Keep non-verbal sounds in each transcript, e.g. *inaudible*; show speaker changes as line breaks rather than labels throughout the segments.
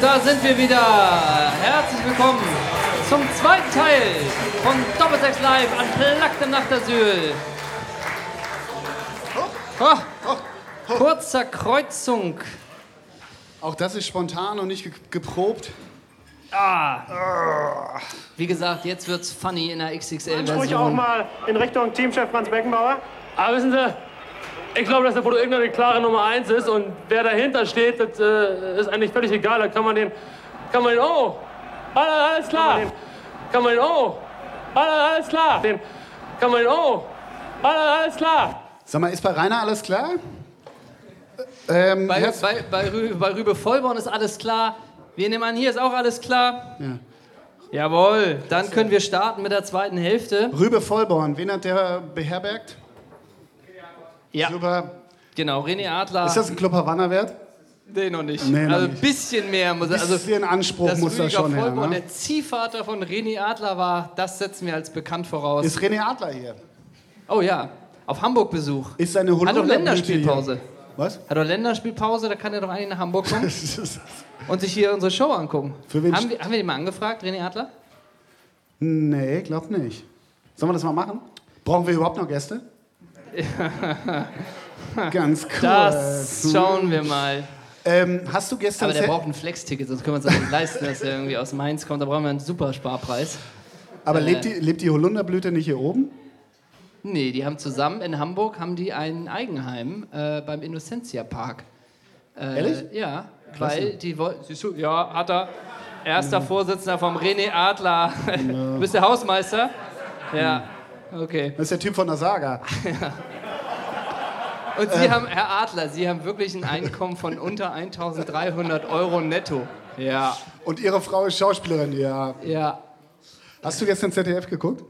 da sind wir wieder. Herzlich willkommen zum zweiten Teil von Doppelsex Live an Nacht Nachtasyl. Oh, kurzer Kreuzung.
Auch das ist spontan und nicht ge geprobt.
Wie gesagt, jetzt wird's funny in der
Sprich auch
XXL-Version.
mal in Richtung Teamchef Franz Beckenbauer.
Aber wissen Sie, ich glaube, dass der Foto irgendwann eine klare Nummer 1 ist und wer dahinter steht, das äh, ist eigentlich völlig egal. Da kann man den, kann man den, oh, alle- alles klar. Kann man den, oh, alle- alles klar. Den, kann man den, oh, alle- alles klar.
Sag mal, ist bei Rainer alles klar? Äh, Ähm,
Bei,
Herz-
bei, bei, Rü bei Rübe Vollborn ist alles klar. Wir nehmen an, hier ist auch alles klar.
Ja.
Jawohl, dann können wir starten mit der zweiten Hälfte.
Rübe Vollborn, wen hat der beherbergt?
Ja.
Super.
Genau, René Adler.
Ist das ein Club Havanna wert?
Nee, noch nicht.
Nee, noch
also ein
nicht.
bisschen mehr muss
Bisschen
also
Anspruch
dass
muss da
Rüdiger
schon her.
Vollborn
Ne?
der Ziehvater von René Adler war, das setzen wir als bekannt voraus.
Ist René Adler hier?
oh ja, auf Hamburg Besuch.
Ist seine
Hat doch
Holunderblüte
Länderspielpause.
hier? Was? *laughs*
Hat doch Länderspielpause, da kann er doch eigentlich nach Hamburg kommen und sich hier unsere Show angucken.
Für wen
haben,
st-
wir, haben wir den mal angefragt, René Adler?
nee, glaub nicht. Sollen wir das mal machen? Brauchen wir überhaupt noch Gäste?
*laughs*
Ganz cool.
Das schauen wir mal.
Ähm, hast du gestern
Aber der
Se-
braucht ein Flex-Ticket, sonst können wir uns das nicht leisten, dass er irgendwie aus Mainz kommt. Da brauchen wir einen super Sparpreis.
Aber
äh,
lebt, die, lebt die Holunderblüte nicht hier oben?
Nee, die haben zusammen in Hamburg haben die ein Eigenheim äh, beim Innocentia Park. Äh,
Ehrlich?
Ja, weil die wollten. Siehst du, ja, hat er. Erster Vorsitzender vom René Adler. *laughs*
Genau.
du bist der Hausmeister? Ja. Okay.
Das ist der Typ von der Saga.
Und
Äh.
Sie haben, Herr Adler, Sie haben wirklich ein Einkommen von unter 1300 Euro netto. Ja.
Und ihre Frau ist Schauspielerin, ja.
Ja.
Hast du gestern ZDF geguckt?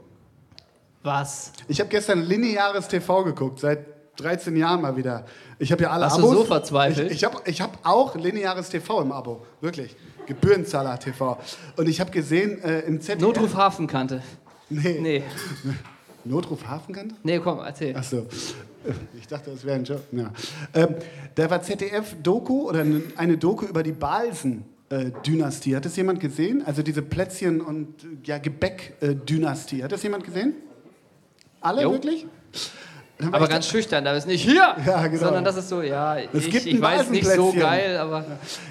Was?
Ich habe gestern lineares TV geguckt, seit 13 Jahren mal wieder. Ich habe ja alle
Warst du
Abos.
so verzweifelt?
Ich, ich habe ich hab auch lineares TV im Abo, wirklich. Gebührenzahler TV. Und ich habe gesehen äh, im ZDF...
Notruf Hafenkante.
Nee.
Nee.
Notruf Hafenkante?
Nee, komm, erzähl.
Ach so. Ich dachte, das wäre ein Job. Ja. Ähm, da war ZDF-Doku oder ne- eine Doku über die Balsen-Dynastie. Hat das jemand gesehen? Also diese Plätzchen- und äh, ja, Gebäck-Dynastie. Hat das jemand gesehen? Alle
Jo.
wirklich? Dann war
Aber
ich
ganz schüchtern, da ist nicht hier,
Ja, genau.
sondern das ist so, ja, ich,
gibt
ich
ein
weiß nicht so
Basenplätzchen.
geil, aber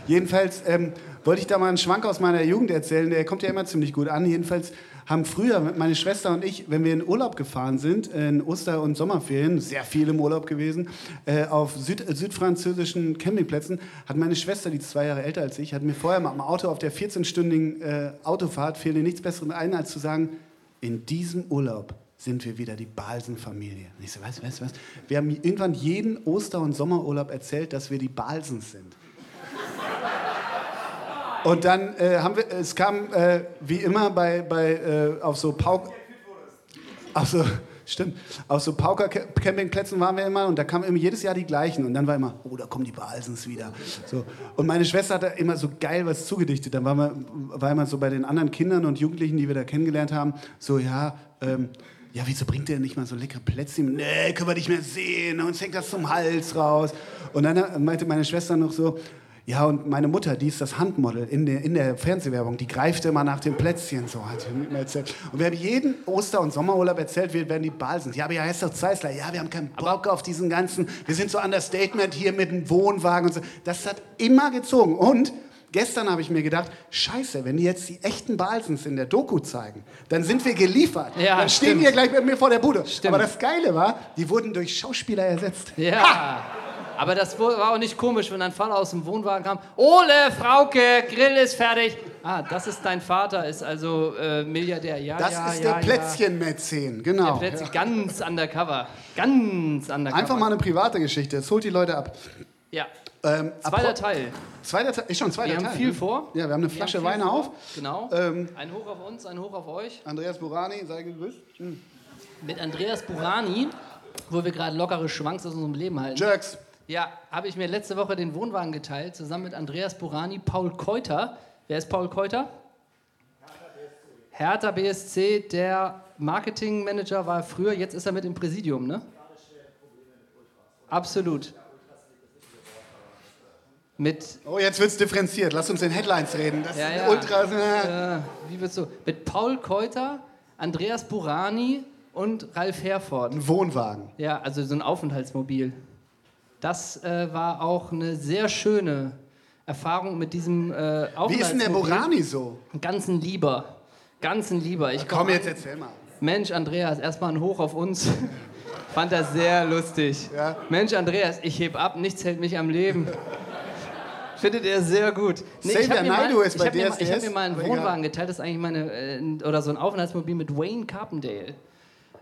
Jedenfalls ähm, wollte ich da mal einen Schwank aus meiner Jugend erzählen, der kommt ja immer ziemlich gut an. Jedenfalls haben früher meine Schwester und ich, wenn wir in Urlaub gefahren sind, in Oster- und Sommerferien, sehr viel im Urlaub gewesen, äh, auf Süd äh, südfranzösischen Campingplätzen, hat meine Schwester, die ist zwei Jahre älter als ich, hat mir vorher mal am Auto auf der 14-stündigen äh, Autofahrt fehlte nichts Besseres ein, als zu sagen, in diesem Urlaub sind wir wieder die Balsen-Familie. Und Ich so, was, was, was? Wir haben irgendwann jeden Oster- und Sommerurlaub erzählt, dass wir die Balsens sind. Und dann äh, haben wir, es kam äh, wie immer bei, bei äh, auf so Pauk, auf so, *laughs* stimmt, auf so Pauker-Campingplätzen waren wir immer und da kamen immer jedes Jahr die gleichen und dann war immer, oh, da kommen die Balsens wieder. So. Und meine Schwester hat da immer so geil was zugedichtet. Dann waren wir, war immer so bei den anderen Kindern und Jugendlichen, die wir da kennengelernt haben, so, ja, ähm, ja, wieso bringt der nicht mal so leckere Plätzchen? Nee, können wir nicht mehr sehen, uns hängt das zum Hals raus. Und dann äh, meinte meine Schwester noch so, ja, und meine Mutter, die ist das Handmodel in der, in der Fernsehwerbung, die greift immer nach den Plätzchen, so hat sie mir immer erzählt. Und wir haben jeden Oster- und Sommerurlaub erzählt, wir werden die Balsens. Ja, aber ihr heißt doch Zeissler. Ja, wir haben keinen Bock auf diesen ganzen, wir sind so Understatement hier mit dem Wohnwagen und so. Das hat immer gezogen. Und gestern habe ich mir gedacht, scheiße, wenn die jetzt die echten Balsens in der Doku zeigen, dann sind wir geliefert.
Ja,
dann stehen
stimmt.
die ja gleich mit mir vor der Bude.
Stimmt.
Aber das Geile war, die wurden durch Schauspieler ersetzt.
ja. Aber das wo- war auch nicht komisch, wenn dein Vater aus dem Wohnwagen kam. Ole, Frauke, Grill ist fertig. Ah, das ist dein Vater, ist also äh, Milliardär. Ja,
Das
ja,
ist
ja,
der Plätzchen-Mäzen,
Ja.
genau.
Der Plätzchen, ganz undercover. Ganz undercover.
Einfach mal eine private Geschichte. Jetzt holt die Leute ab.
Ja.
Ähm,
Zweiter
apro-
Teil.
Zweiter Teil. Ist schon ein zweiter
Wir haben
Teil.
viel
ne?
vor.
Ja, wir haben eine
Wir
Flasche
haben viel
Wein
vor.
auf.
Genau.
Ähm,
Ein Hoch auf uns, ein Hoch auf euch.
Andreas Burani, sei gegrüßt.
Mit Andreas Burani, wo wir gerade lockere Schwanks aus unserem Leben halten.
Jerks.
Ja, habe ich mir letzte Woche den Wohnwagen geteilt, zusammen mit Andreas Burani, Paul Keuter. Wer ist Paul Keuter? Hertha BSC, der Marketingmanager war er früher, jetzt ist er mit im Präsidium, ne? Absolut. mit,
Oh, jetzt wird's differenziert. Lass uns in Headlines reden. Das
Ja,
ist
ja.
ultra.
äh, wie willst du, mit Paul Keuter, Andreas Burani und Ralf Herford.
Ein Wohnwagen.
Ja, also so ein Aufenthaltsmobil. Das äh, war auch eine sehr schöne Erfahrung mit diesem äh, Aufenthaltsmobil.
Wie ist denn der Borani so?
Ganzen Lieber. Ganzen Lieber. Ich
Komm, jetzt erzähl mal.
Mensch, Andreas, erstmal ein Hoch auf uns. *laughs* Fand das sehr lustig.
Ja.
Mensch, Andreas, ich heb ab, nichts hält mich am Leben. *laughs* Findet er sehr gut.
Xavier
ich hab mir
Naidoo
mal,
ist
ich
bei
hab mir, mal- Ich
DSDS,
habe mir mal einen
aber
Wohnwagen
egal.
geteilt, das ist eigentlich meine, äh, oder so ein Aufenthaltsmobil mit Wayne Carpendale.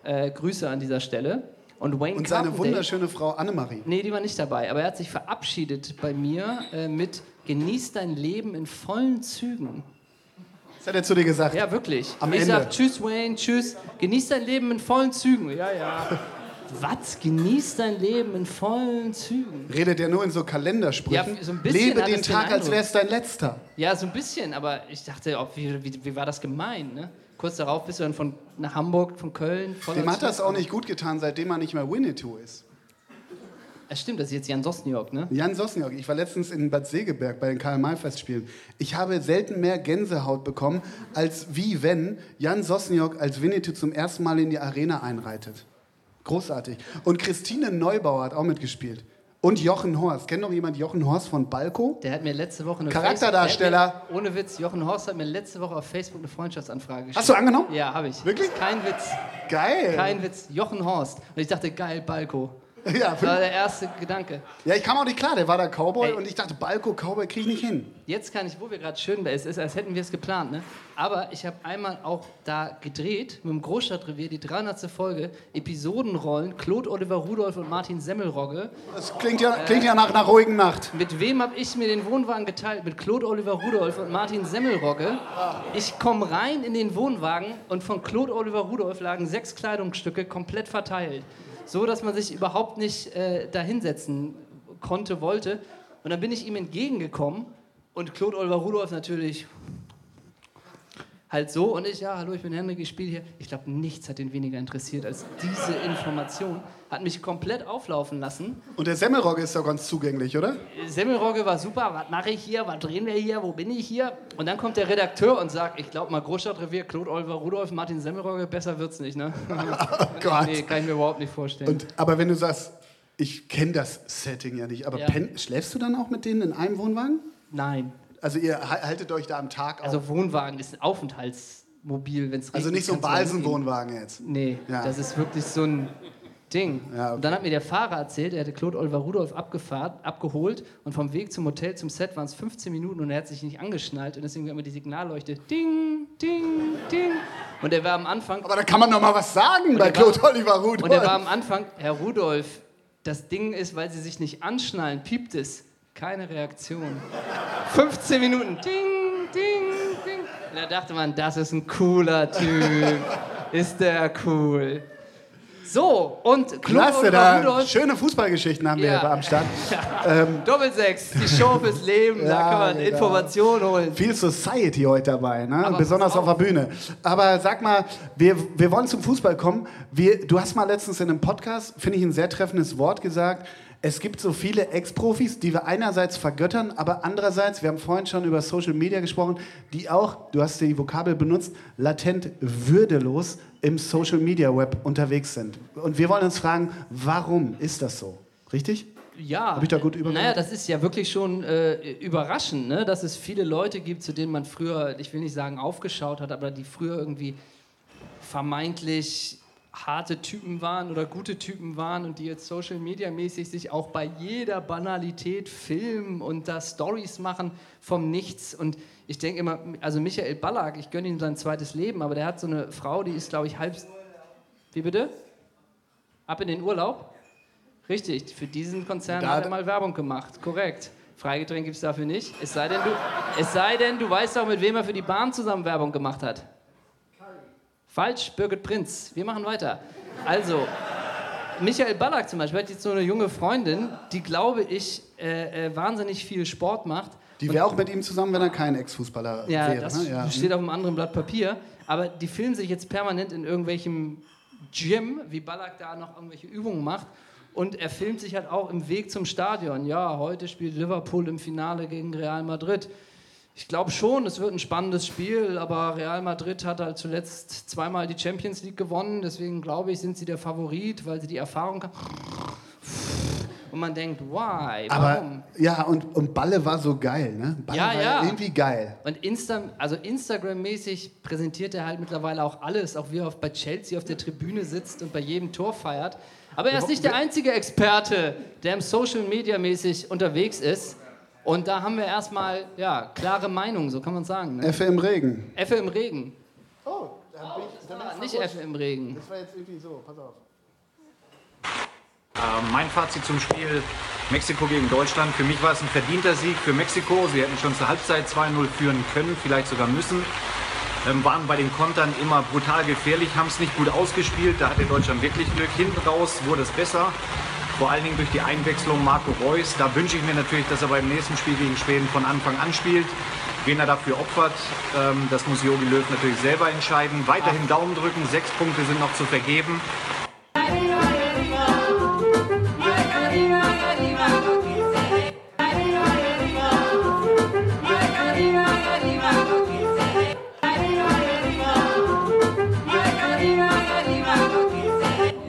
Äh, Grüße an dieser Stelle. Und Wayne
Und
Carpendale.
seine wunderschöne Frau Annemarie.
Nee, die war nicht dabei, aber er hat sich verabschiedet bei mir äh, mit Genieß dein Leben in vollen Zügen.
Das hat er zu dir gesagt.
Ja, wirklich.
Am
ich
Ende.
sag Tschüss, Wayne, tschüss. Genieß dein Leben in vollen Zügen. Ja, ja.
*laughs*
Was? Genieß dein Leben in vollen Zügen?
Redet er nur in so Kalendersprüchen?
Ja, so ein bisschen
Lebe
hat
den
es den
Tag, als
Eindruck.
wäre es dein letzter.
Ja, so ein bisschen, aber ich dachte, ob, wie, wie, wie war das gemein, ne? Kurz darauf bist du dann von nach Hamburg, von Köln, voller
Dem hat
Züge.
das auch nicht gut getan, seitdem er nicht mehr Winnetou ist.
Es stimmt, das ist jetzt Jan Sosniok, ne?
Jan Sosniok, ich war letztens in Bad Segeberg bei den Karl-May-Festspielen. Ich habe selten mehr Gänsehaut bekommen, als wie wenn Jan Sosniok als Winnetou zum ersten Mal in die Arena einreitet. Großartig. Und Christine Neubauer hat auch mitgespielt. Und Jochen Horst. Kennt noch jemand Jochen Horst von Balko?
Der hat mir letzte Woche eine
Charakterdarsteller.
Facebook- der hat Mir, ohne Witz, Jochen Horst hat mir letzte Woche auf Facebook eine Freundschaftsanfrage geschickt.
Hast du angenommen?
Ja, habe ich.
Wirklich?
Kein Witz,
Geil.
kein Witz. Jochen Horst. Und ich dachte, geil, Balko.
ja,
Das war der erste Gedanke.
ja, ich kam auch nicht klar. Der war da Cowboy
Äh, Ey.
und ich dachte, Balko, Cowboy krieg ich nicht hin.
Jetzt kann ich, wo wir gerade schön bei es ist, als hätten wir es geplant, ne? Aber ich habe einmal auch da gedreht mit dem Großstadtrevier die 300. Folge Episodenrollen Claude Oliver Rudolph und Martin Semmelrogge.
Das klingt ja, klingt ja nach einer ruhigen Nacht.
Mit wem habe ich mir den Wohnwagen geteilt? Mit Claude Oliver Rudolph und Martin Semmelrogge. Ich komme rein in den Wohnwagen und von Claude Oliver Rudolph lagen sechs Kleidungsstücke komplett verteilt, so dass man sich überhaupt nicht äh, dahinsetzen konnte, wollte. Und dann bin ich ihm entgegengekommen und Claude Oliver Rudolph natürlich halt so und ich, ja, hallo, ich bin Henrik, ich spiele hier. Ich glaube, nichts hat ihn weniger interessiert als diese Information. Hat mich komplett auflaufen lassen.
Und der Semmelrogge ist doch ganz zugänglich, oder?
Semmelrogge war super, was mache ich hier, was drehen wir hier, wo bin ich hier? Und dann kommt der Redakteur und sagt, ich glaube mal Großstadtrevier, Claude Oliver Rudolph, Martin Semmelrogge, besser wird's nicht, ne?
Oh Gott.
nee, kann ich mir überhaupt nicht vorstellen.
Und, aber wenn du sagst, ich kenne das Setting ja nicht, aber
Ja.
penn- schläfst du dann auch mit denen in einem Wohnwagen?
Nein,
Also ihr ha- haltet euch da am Tag auf.
also Wohnwagen ist ein Aufenthaltsmobil, wenn es
Oh. Also nicht so ein Balsen-Wohnwagen jetzt.
Nee,
Ja.
das ist wirklich so ein Ding.
Ja, okay.
Und dann hat mir der Fahrer erzählt, er hätte Claude Oliver Rudolph abgefahren, abgeholt und vom Weg zum Hotel zum Set waren es 15 Minuten und er hat sich nicht angeschnallt und deswegen war immer die Signalleuchte ding, ding, ding. Und er war am Anfang
Aber da kann man noch mal was sagen
er
bei
war-
Claude Oliver Rudolph.
und er war am Anfang, Herr Rudolf, das Ding ist, weil Sie sich nicht anschnallen, piept es. Keine Reaktion. 15 Minuten. Ding, ding, ding. Und da dachte man, das ist ein cooler Typ. Ist der cool. So, und
Klasse,
Oliver
da schöne Fußballgeschichten haben wir
Ja.
da am Start.
Doppelsechs, die Show fürs Leben. da
Ja,
kann man
genau.
Informationen holen.
Viel Society heute dabei, ne?
Aber
besonders
pass
auf
auf.
der Bühne. Aber sag mal, wir, wir wollen zum Fußball kommen. Wir, du hast mal letztens in einem Podcast, finde ich ein sehr treffendes Wort gesagt, es gibt so viele Ex-Profis, die wir einerseits vergöttern, aber andererseits, wir haben vorhin schon über Social Media gesprochen, die auch, du hast die Vokabel benutzt, latent würdelos im Social Media Web unterwegs sind. Und wir wollen uns fragen, warum ist das so? Richtig?
Ja.
Hab ich da gut übergenommen?
Naja, das ist ja wirklich schon äh, überraschend, ne? dass es viele Leute gibt, zu denen man früher, ich will nicht sagen aufgeschaut hat, aber die früher irgendwie vermeintlich harte Typen waren oder gute Typen waren und die jetzt Social Media mäßig sich auch bei jeder Banalität filmen und da Stories machen vom Nichts und ich denke immer also Michael Ballack ich gönne ihm sein zweites Leben aber der hat so eine Frau die ist glaube ich halb wie bitte ab in den Urlaub richtig für diesen Konzern
Da-
hat er mal Werbung gemacht korrekt Freigetränk gibt es dafür nicht es sei denn du es sei denn du weißt auch mit wem er für die Bahn zusammen Werbung gemacht hat Falsch, Birgit Prinz. Wir machen weiter. Also, Michael Ballack zum Beispiel hat jetzt so eine junge Freundin, die, glaube ich, äh, äh, wahnsinnig viel Sport macht.
Die wäre auch mit ihm zusammen, wenn er kein Ex-Fußballer
Ja,
wäre.
das
ne? ja.
steht auf einem anderen Blatt Papier. Aber die filmen sich jetzt permanent in irgendwelchem Gym, wie Ballack da noch irgendwelche Übungen macht. Und er filmt sich halt auch im Weg zum Stadion. Ja, heute spielt Liverpool im Finale gegen Real Madrid. Ich glaube schon, es wird ein spannendes Spiel, aber Real Madrid hat halt zuletzt zweimal die Champions League gewonnen. Deswegen glaube ich, sind sie der Favorit, weil sie die Erfahrung haben. Und man denkt, why? Warum?
Aber ja, und, und Balle war so geil, ne? Balle
Ja,
war
ja.
irgendwie geil.
Und Insta, also Instagram-mäßig präsentiert er halt mittlerweile auch alles, auch wie er auf, bei Chelsea auf der Tribüne sitzt und bei jedem Tor feiert. Aber er ist nicht der einzige Experte, der im Social Media mäßig unterwegs ist. Und da haben wir erstmal ja, klare Meinung, so kann man sagen. Ne?
Effe im Regen.
Effe im Regen.
Oh, da bin ich, da bin
Nicht Effe im Regen.
Das war jetzt irgendwie so, pass auf.
Ähm, Mein Fazit zum Spiel Mexiko gegen Deutschland. Für mich war es ein verdienter Sieg für Mexiko. Sie hätten schon zur Halbzeit 2-0 führen können, vielleicht sogar müssen. Ähm, waren bei den Kontern immer brutal gefährlich, haben es nicht gut ausgespielt. Da hatte Deutschland wirklich Glück. Hinten raus wurde es besser. Vor allen Dingen durch die Einwechslung Marco Reus. Da wünsche ich mir natürlich, dass er beim nächsten Spiel gegen Schweden von Anfang an spielt. Wen er dafür opfert, ähm, das muss Jogi Löw natürlich selber entscheiden. Weiterhin Daumen drücken. Sechs Punkte sind noch zu vergeben.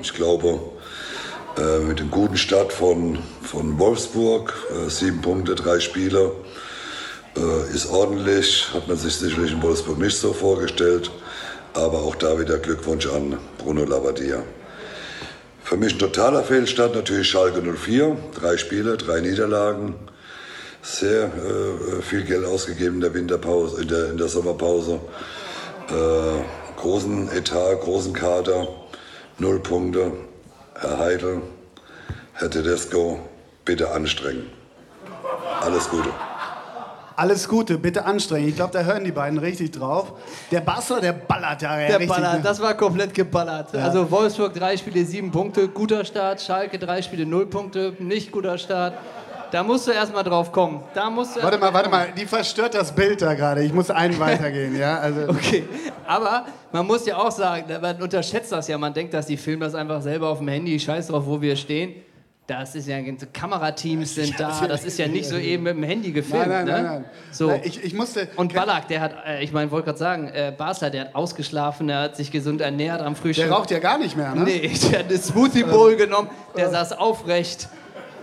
Ich glaube, äh, mit dem guten Start von, von Wolfsburg, äh, sieben Punkte, drei Spiele, äh, ist ordentlich. Hat man sich sicherlich in Wolfsburg nicht so vorgestellt. Aber auch da wieder Glückwunsch an Bruno Labbadia. Für mich ein totaler Fehlstart natürlich Schalke 04. Drei Spiele, drei Niederlagen. Sehr äh, viel Geld ausgegeben in der Winterpause, in der, in der Sommerpause äh, großen Etat, großen Kader, null Punkte. Herr Heidel, Herr Tedesco, bitte anstrengen. Alles Gute.
Alles Gute, bitte anstrengen. Ich glaube, da hören die beiden richtig drauf. Der Basler, der ballert ja
Der
richtig.
Baller,
ne?
das war komplett geballert. Also Wolfsburg drei Spiele, sieben Punkte, guter Start. Schalke drei Spiele, null Punkte, nicht guter Start. Da musst du erstmal drauf kommen. Da musst du
warte
erst
mal, warte mal, die verstört das Bild da gerade. Ich
*laughs*
muss einen weitergehen, ja? Also,
Okay, aber man muss ja auch sagen, man unterschätzt das ja. Man denkt, dass die filmen das einfach selber auf dem Handy, scheiß drauf, wo wir stehen. Das ist ja, ganze Kamerateams sind da. Das ist ja nicht so eben mit dem Handy gefilmt.
Nein, nein,
ne?
nein, nein.
So.
Nein, ich, ich musste.
und Ballack, der hat, äh, ich meine, wollte gerade sagen, äh, Basler, der hat ausgeschlafen, der hat sich gesund ernährt am Frühstück.
Der raucht ja gar nicht mehr, ne?
Nee, *laughs* der hat eine Smoothie Bowl genommen, der saß aufrecht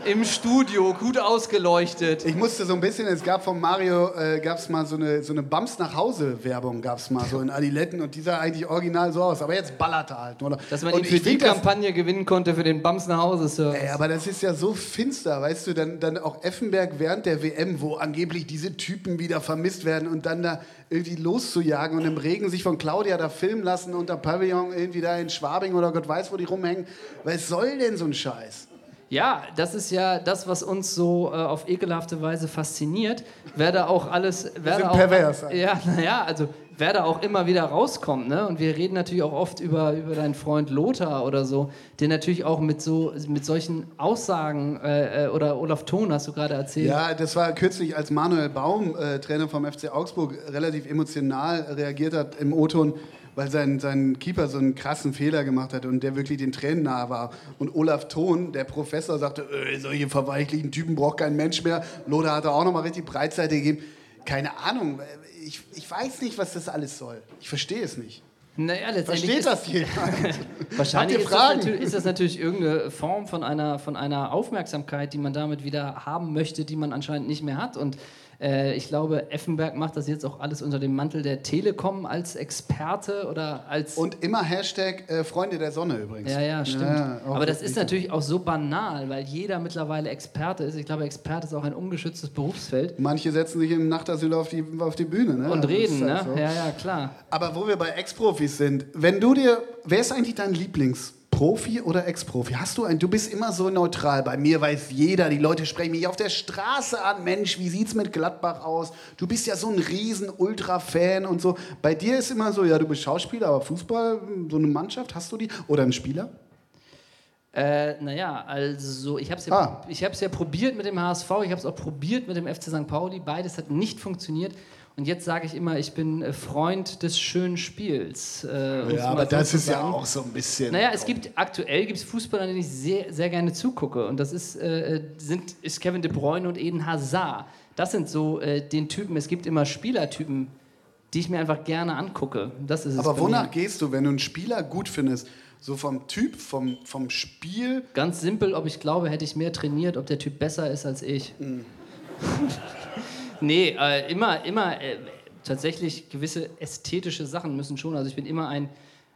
im Studio, gut ausgeleuchtet.
Ich musste so ein bisschen, es gab von Mario, äh, gab es mal so eine, so eine Bums nach Hause Werbung, gab es mal so in Adiletten und die sah eigentlich original so aus, aber jetzt ballert er halt. Oder?
Dass man
und
ihn für
ich
die
find das-
Kampagne gewinnen konnte, für den Bums nach Hause Service.
Ey, aber das ist ja so finster, weißt du, dann, dann auch Effenberg während der WM, wo angeblich diese Typen wieder vermisst werden und dann da irgendwie loszujagen und im Regen sich von Claudia da filmen lassen unter Pavillon irgendwie da in Schwabing oder Gott weiß, wo die rumhängen. Was soll denn so ein Scheiß?
Ja, das ist ja das, was uns so äh, auf ekelhafte Weise fasziniert. Wer da auch alles. Wer
sind
da auch,
pervers.
Ja, naja, also wer da auch immer wieder rauskommt. Ne? Und wir reden natürlich auch oft über, über deinen Freund Lothar oder so, der natürlich auch mit, so, mit solchen Aussagen äh, äh, oder Olaf Thon hast du gerade erzählt.
Ja, das war kürzlich, als Manuel Baum, äh, Trainer vom FC Augsburg, relativ emotional reagiert hat im O-Ton, weil sein, sein Keeper so einen krassen Fehler gemacht hat und der wirklich den Tränen nahe war. Und Olaf Thon, der Professor, sagte, "Äh, solche verweichlichen Typen braucht kein Mensch mehr. Lothar hat da auch nochmal richtig Breitseite gegeben. Keine Ahnung, äh, ich, ich weiß nicht, was das alles soll. Ich verstehe es nicht.
Naja, letztendlich
Versteht
ist-
das jemand?
Wahrscheinlich
Habt
ist
ihr
das,
Fragen?
natürlich, ist das natürlich irgendeine Form von einer, von einer Aufmerksamkeit, die man damit wieder haben möchte, die man anscheinend nicht mehr hat. Und äh, ich glaube, Effenberg macht das jetzt auch alles unter dem Mantel der Telekom als Experte oder als.
Und immer Hashtag äh, Freunde der Sonne übrigens.
ja, ja, stimmt.
Ja, auch
Aber das
richtig.
ist natürlich auch so banal, weil jeder mittlerweile Experte ist. Ich glaube, Experte ist auch ein ungeschütztes Berufsfeld.
Manche setzen sich im Nachtasyl auf die, auf die Bühne. Ne?
Und
Also, das
reden,
ist halt
ne?
so.
Ja, ja, klar.
Aber wo wir bei Ex-Profis sind, wenn du dir, wer ist eigentlich dein Lieblingsprofi oder Ex-Profi? Hast du ein, du bist immer so neutral. Bei mir weiß jeder, die Leute sprechen mich auf der Straße an. Mensch, wie sieht's mit Gladbach aus? Du bist ja so ein riesen Ultra-Fan und so. Bei dir ist immer so, ja, du bist Schauspieler, aber Fußball, so eine Mannschaft, hast du die? Oder einen Spieler?
Äh, naja, also ich habe es ja,
Ah.
ich hab's ja probiert mit dem HSV, ich habe es auch probiert mit dem FC St. Pauli, beides hat nicht funktioniert. Und jetzt sage ich immer, ich bin äh, Freund des schönen Spiels. äh, um es mal
Ja, aber
so
das
zu
ist ja
sagen.
auch so ein bisschen.
Naja, es gibt aktuell gibt's Fußballer, denen ich sehr, sehr gerne zugucke. Und das ist, äh, sind, ist Kevin De Bruyne und Eden Hazard. Das sind so äh, den Typen. Es gibt immer Spielertypen, die ich mir einfach gerne angucke. Das ist es
aber
bei
wonach
mir.
gehst du, wenn du einen Spieler gut findest? So vom Typ, vom, vom Spiel?
Ganz simpel, ob ich glaube, hätte ich mehr trainiert, ob der Typ besser ist als ich.
Mhm.
*laughs* nee, äh, immer, immer äh, tatsächlich gewisse ästhetische Sachen müssen schon. Also ich bin immer ein,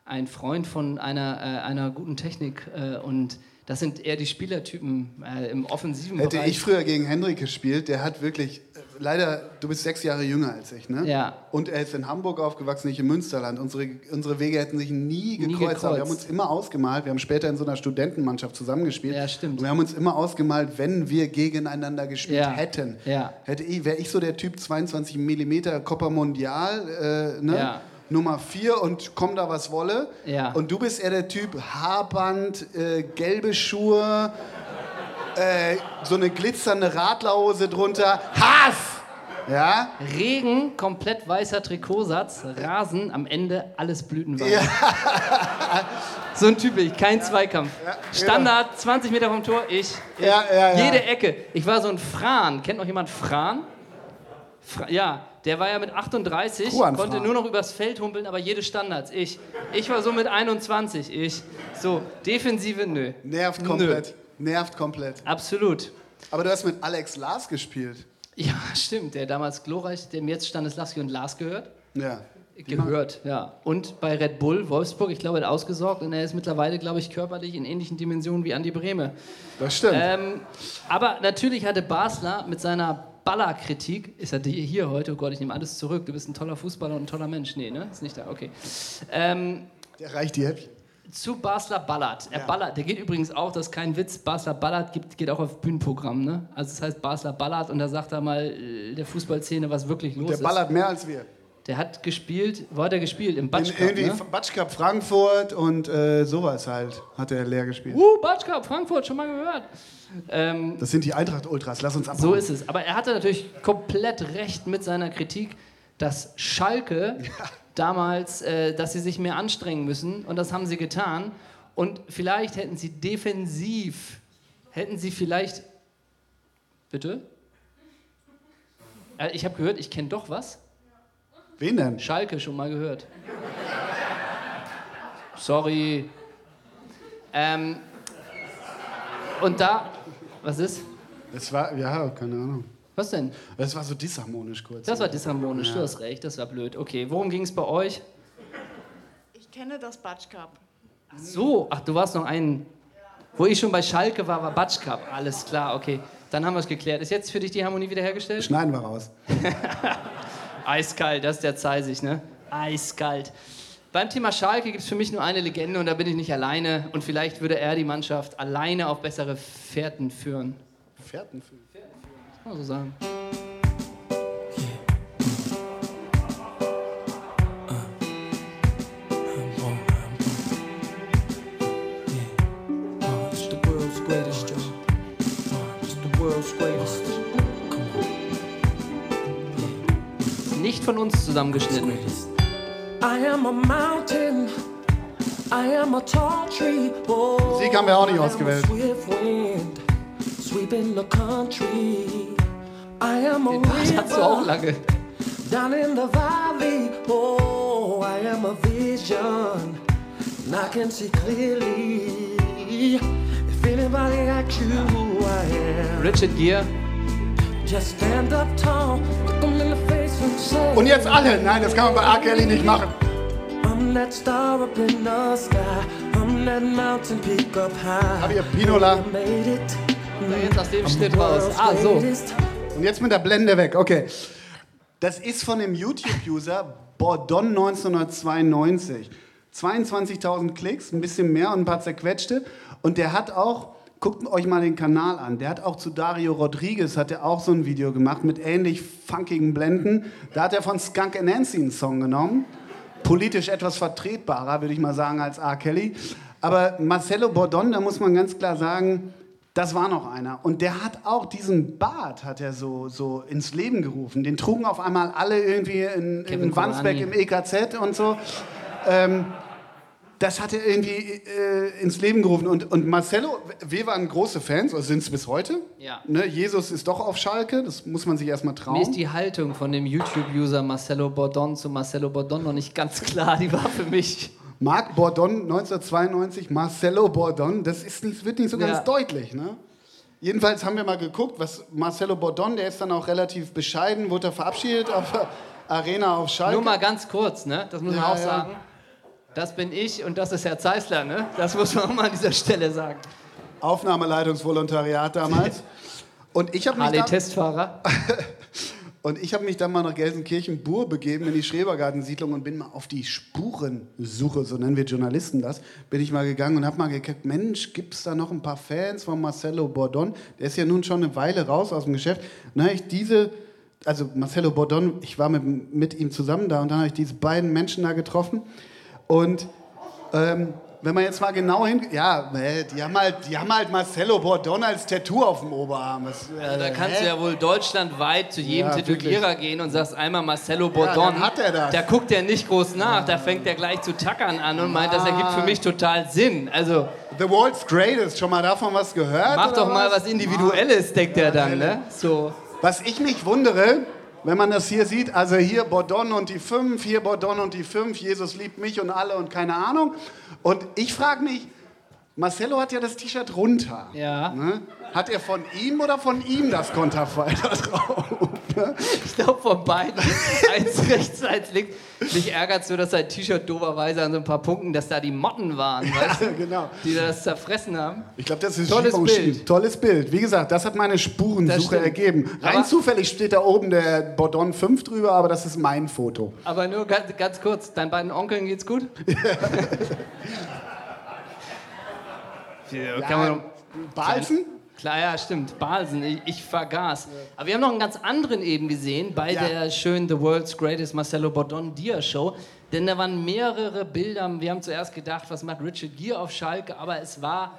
ein Freund von einer, äh, einer guten Technik äh, und das sind eher die Spielertypen äh, im offensiven
Hätte
Bereich.
ich früher gegen Hendrik gespielt, der hat wirklich, äh, leider, du bist sechs Jahre jünger als ich, ne?
Ja.
Und er ist in Hamburg aufgewachsen, ich im Münsterland. Unsere, unsere Wege hätten sich nie gekreuzt, aber
gekreuzt.
wir haben uns immer ausgemalt. Wir haben später in so einer Studentenmannschaft zusammengespielt.
Ja, stimmt.
Und wir haben uns immer ausgemalt, wenn wir gegeneinander gespielt
Ja.
hätten.
Ja.
Hätte ich, wäre ich so der Typ 22 mm Copa Mundial, äh, ne?
Ja.
Nummer 4 und komm da was wolle.
Ja.
Und du bist eher der Typ Haarband, äh, gelbe Schuhe, äh, so eine glitzernde Radlerhose drunter. Hass! Ja?
Regen, komplett weißer Trikotsatz, Rasen, am Ende alles Blütenwein. *laughs* So ein Typ bin ich, kein Zweikampf. Standard, 20 Meter vom Tor, ich.
Ja, ja, ja.
Jede Ecke. Ich war so ein Fran. Kennt noch jemand Fran? Fra ja, der war ja mit 38,
Juan
konnte
Fran.
nur noch übers Feld humpeln, aber jede Standards. Ich. Ich war so mit 21, ich. So, Defensive, nö.
Nervt komplett. Nervt komplett.
Absolut.
Aber du hast mit Alex Lars gespielt.
Ja, *laughs* stimmt. Der damals glorreich, dem jetzt Stanislavski und Lars gehört.
Ja.
Gehört, ja. Und bei Red Bull Wolfsburg, ich glaube, er hat ausgesorgt und er ist mittlerweile, glaube ich, körperlich in ähnlichen Dimensionen wie Andi Brehme.
Das stimmt.
Ähm, aber natürlich hatte Basler mit seiner Ballerkritik, ist er die- hier heute, oh Gott, ich nehme alles zurück, du bist ein toller Fußballer und ein toller Mensch. Nee, ne? Ist nicht da, okay. Ähm,
Der reicht die Häppchen.
zu Basler Ballert. Er ballert, der geht übrigens auch, das ist kein Witz, Basler Ballert gibt, geht auch auf Bühnenprogramm, ne? Also es heißt Basler Ballert und da sagt er mal äh, der Fußballszene, was wirklich los
Der ballert mehr als wir.
ist. Der hat gespielt, wo hat er gespielt? Im
In,
Batsch Cup,
irgendwie
ne?
Batsch Cup Frankfurt und äh, sowas halt hat er leer gespielt.
Uh, Batsch Cup, Frankfurt, schon mal gehört. Ähm,
Das sind die Eintracht-Ultras, lass uns abhauen.
So ist es. Aber er hatte natürlich komplett recht mit seiner Kritik, dass Schalke damals, äh, dass sie sich mehr anstrengen müssen. Und das haben sie getan. Und vielleicht hätten sie defensiv, hätten sie vielleicht. Bitte? Äh, ich habe gehört, ich kenne doch was.
Wen denn?
Schalke schon mal gehört. Sorry. Ähm, und da. Was ist?
Das war, ja, keine Ahnung.
Was denn?
Das war so disharmonisch kurz.
Das war disharmonisch, du hast recht, das war blöd. Okay, worum ging es bei euch?
Ich kenne das Batsch Cup.
So, ach, du warst noch einen. Wo ich schon bei Schalke war, war Batsch Cup. Alles klar, okay. Dann haben wir es geklärt. Ist jetzt für dich die Harmonie wiederhergestellt?
Schneiden wir raus.
Eiskalt, das ist der Zeisig, ne? Eiskalt. Beim Thema Schalke gibt es für mich nur eine Legende und da bin ich nicht alleine. Und vielleicht würde er die Mannschaft alleine auf bessere Fährten führen.
Pferdenfühl.
Kann man so sagen.
It's the world's greatest, y'all. It's the world's greatest. Come on,
Nicht von uns zusammengeschnitten.
greatest. I am a mountain. I am a tall tree. Oh,
Musik haben wir auch nicht
I am a
ausgewählt.
Swift wind, sweeping the country. I am a
Das hast du auch
river
lange.
down in the valley. Oh, I am a vision, and I can see clearly. If anybody asks you who I am,
Richard Gere.
Just stand up tall, look 'em in the face and say,
Und jetzt alle! Nein, das kann man bei R. Kelly nicht machen.
I'm that star up in the sky, I'm that mountain peak up high.
Hab ihr Pinola.
I made it.
So, Jetzt aus dem Schnitt raus. Ah, so.
Greatest.
Und jetzt mit der Blende weg, okay. Das ist von dem YouTube-User Bordon 1992. 22.000 Klicks, ein bisschen mehr und ein paar zerquetschte. Und der hat auch, guckt euch mal den Kanal an, der hat auch zu Dario Rodriguez, hat er auch so ein Video gemacht mit ähnlich funkigen Blenden. Da hat er von Skunk Nancy einen Song genommen. Politisch etwas vertretbarer, würde ich mal sagen, als R. Kelly. Aber Marcelo Bordon, da muss man ganz klar sagen, Das war noch einer. Und der hat auch diesen Bart, hat er so, so ins Leben gerufen. Den trugen auf einmal alle irgendwie in,
Kevin
in Wandsbek
Kurani.
im EKZ und so. Ähm, das hat er irgendwie äh, ins Leben gerufen. Und, und Marcelo, wir waren große Fans, oder sind es bis heute.
Ja.
Ne, Jesus ist doch auf Schalke, das muss man sich erstmal trauen.
Mir ist die Haltung von dem YouTube-User Marcelo Bordon zu Marcelo Bordon noch nicht ganz *laughs* klar. Die war für mich.
Marc Bordon 1992, Marcelo Bordon, das ist nicht, wird nicht so ganz
Ja.
deutlich, ne? Jedenfalls haben wir mal geguckt, was Marcelo Bordon, der ist dann auch relativ bescheiden, wurde er verabschiedet auf der Arena auf Schalke.
Nur mal ganz kurz, ne? Das muss man
Ja,
auch
ja.
sagen. Das bin ich und das ist Herr Zeisler, ne? Das muss man auch mal an dieser Stelle sagen.
Aufnahmeleitungsvolontariat damals. Und ich habe mich, dann-
Harley-Testfahrer.
und ich hab mich dann mal nach Gelsenkirchen-Bur begeben in die Schrebergartensiedlung und bin mal auf die Spurensuche, so nennen wir Journalisten das, bin ich mal gegangen und habe mal geguckt, Mensch, gibt es da noch ein paar Fans von Marcelo Bordon? Der ist ja nun schon eine Weile raus aus dem Geschäft. Und dann hab ich diese, also Marcelo Bordon, ich war mit, mit ihm zusammen da und dann habe ich diese beiden Menschen da getroffen und ähm, wenn man jetzt mal genau hin... Ja, äh, die haben halt, die haben halt Marcelo Bordon als Tattoo auf dem Oberarm. Das,
Ja, da
äh,
kannst du
hä?
ja wohl deutschlandweit zu jedem
Ja,
Tätowierer gehen und sagst einmal Marcelo Bordon.
dann hat er das.
Da guckt er nicht groß nach, da fängt er gleich zu tackern an und meint, das ergibt für mich total Sinn. Also
The World's Greatest, schon mal davon was gehört?
mach
oder
doch mal was Individuelles, denkt er dann,
natürlich.
ne? So.
Was ich mich wundere, wenn man das hier sieht, also hier Bordon und die Fünf, hier Bordon und die Fünf, Jesus liebt mich und alle und keine Ahnung. Und ich frage mich, Marcelo hat ja das T-Shirt runter.
Ja.
Ne? Hat er von ihm oder von ihm das Konterfei *laughs* da drauf? Ne?
Ich glaube, von beiden, *laughs* eins rechts, eins links. Mich ärgert so, dass sein T-Shirt doberweise an so ein paar Punkten, dass da die Motten waren, weißt du,
genau.
die das zerfressen haben.
Ich glaube, das ist
Tolles
Schiebung
Bild.
schieben. Tolles Bild. Wie gesagt, das hat meine
Das
Spurensuche
stimmt.
ergeben. Rein
Aber-
zufällig steht da oben der Bordon 5 drüber, aber das ist mein Foto.
Aber nur ganz, ganz kurz, deinen beiden Onkeln geht's gut? *laughs* Ja, Kann man,
Balzen?
klar, ja, stimmt. Balsen, ich, ich vergaß. Aber wir haben noch einen ganz anderen eben gesehen bei
Ja.
der schönen The World's Greatest Marcelo Bordon Dia Show. Denn da waren mehrere Bilder. Wir haben zuerst gedacht, was macht Richard Gere auf Schalke? Aber es war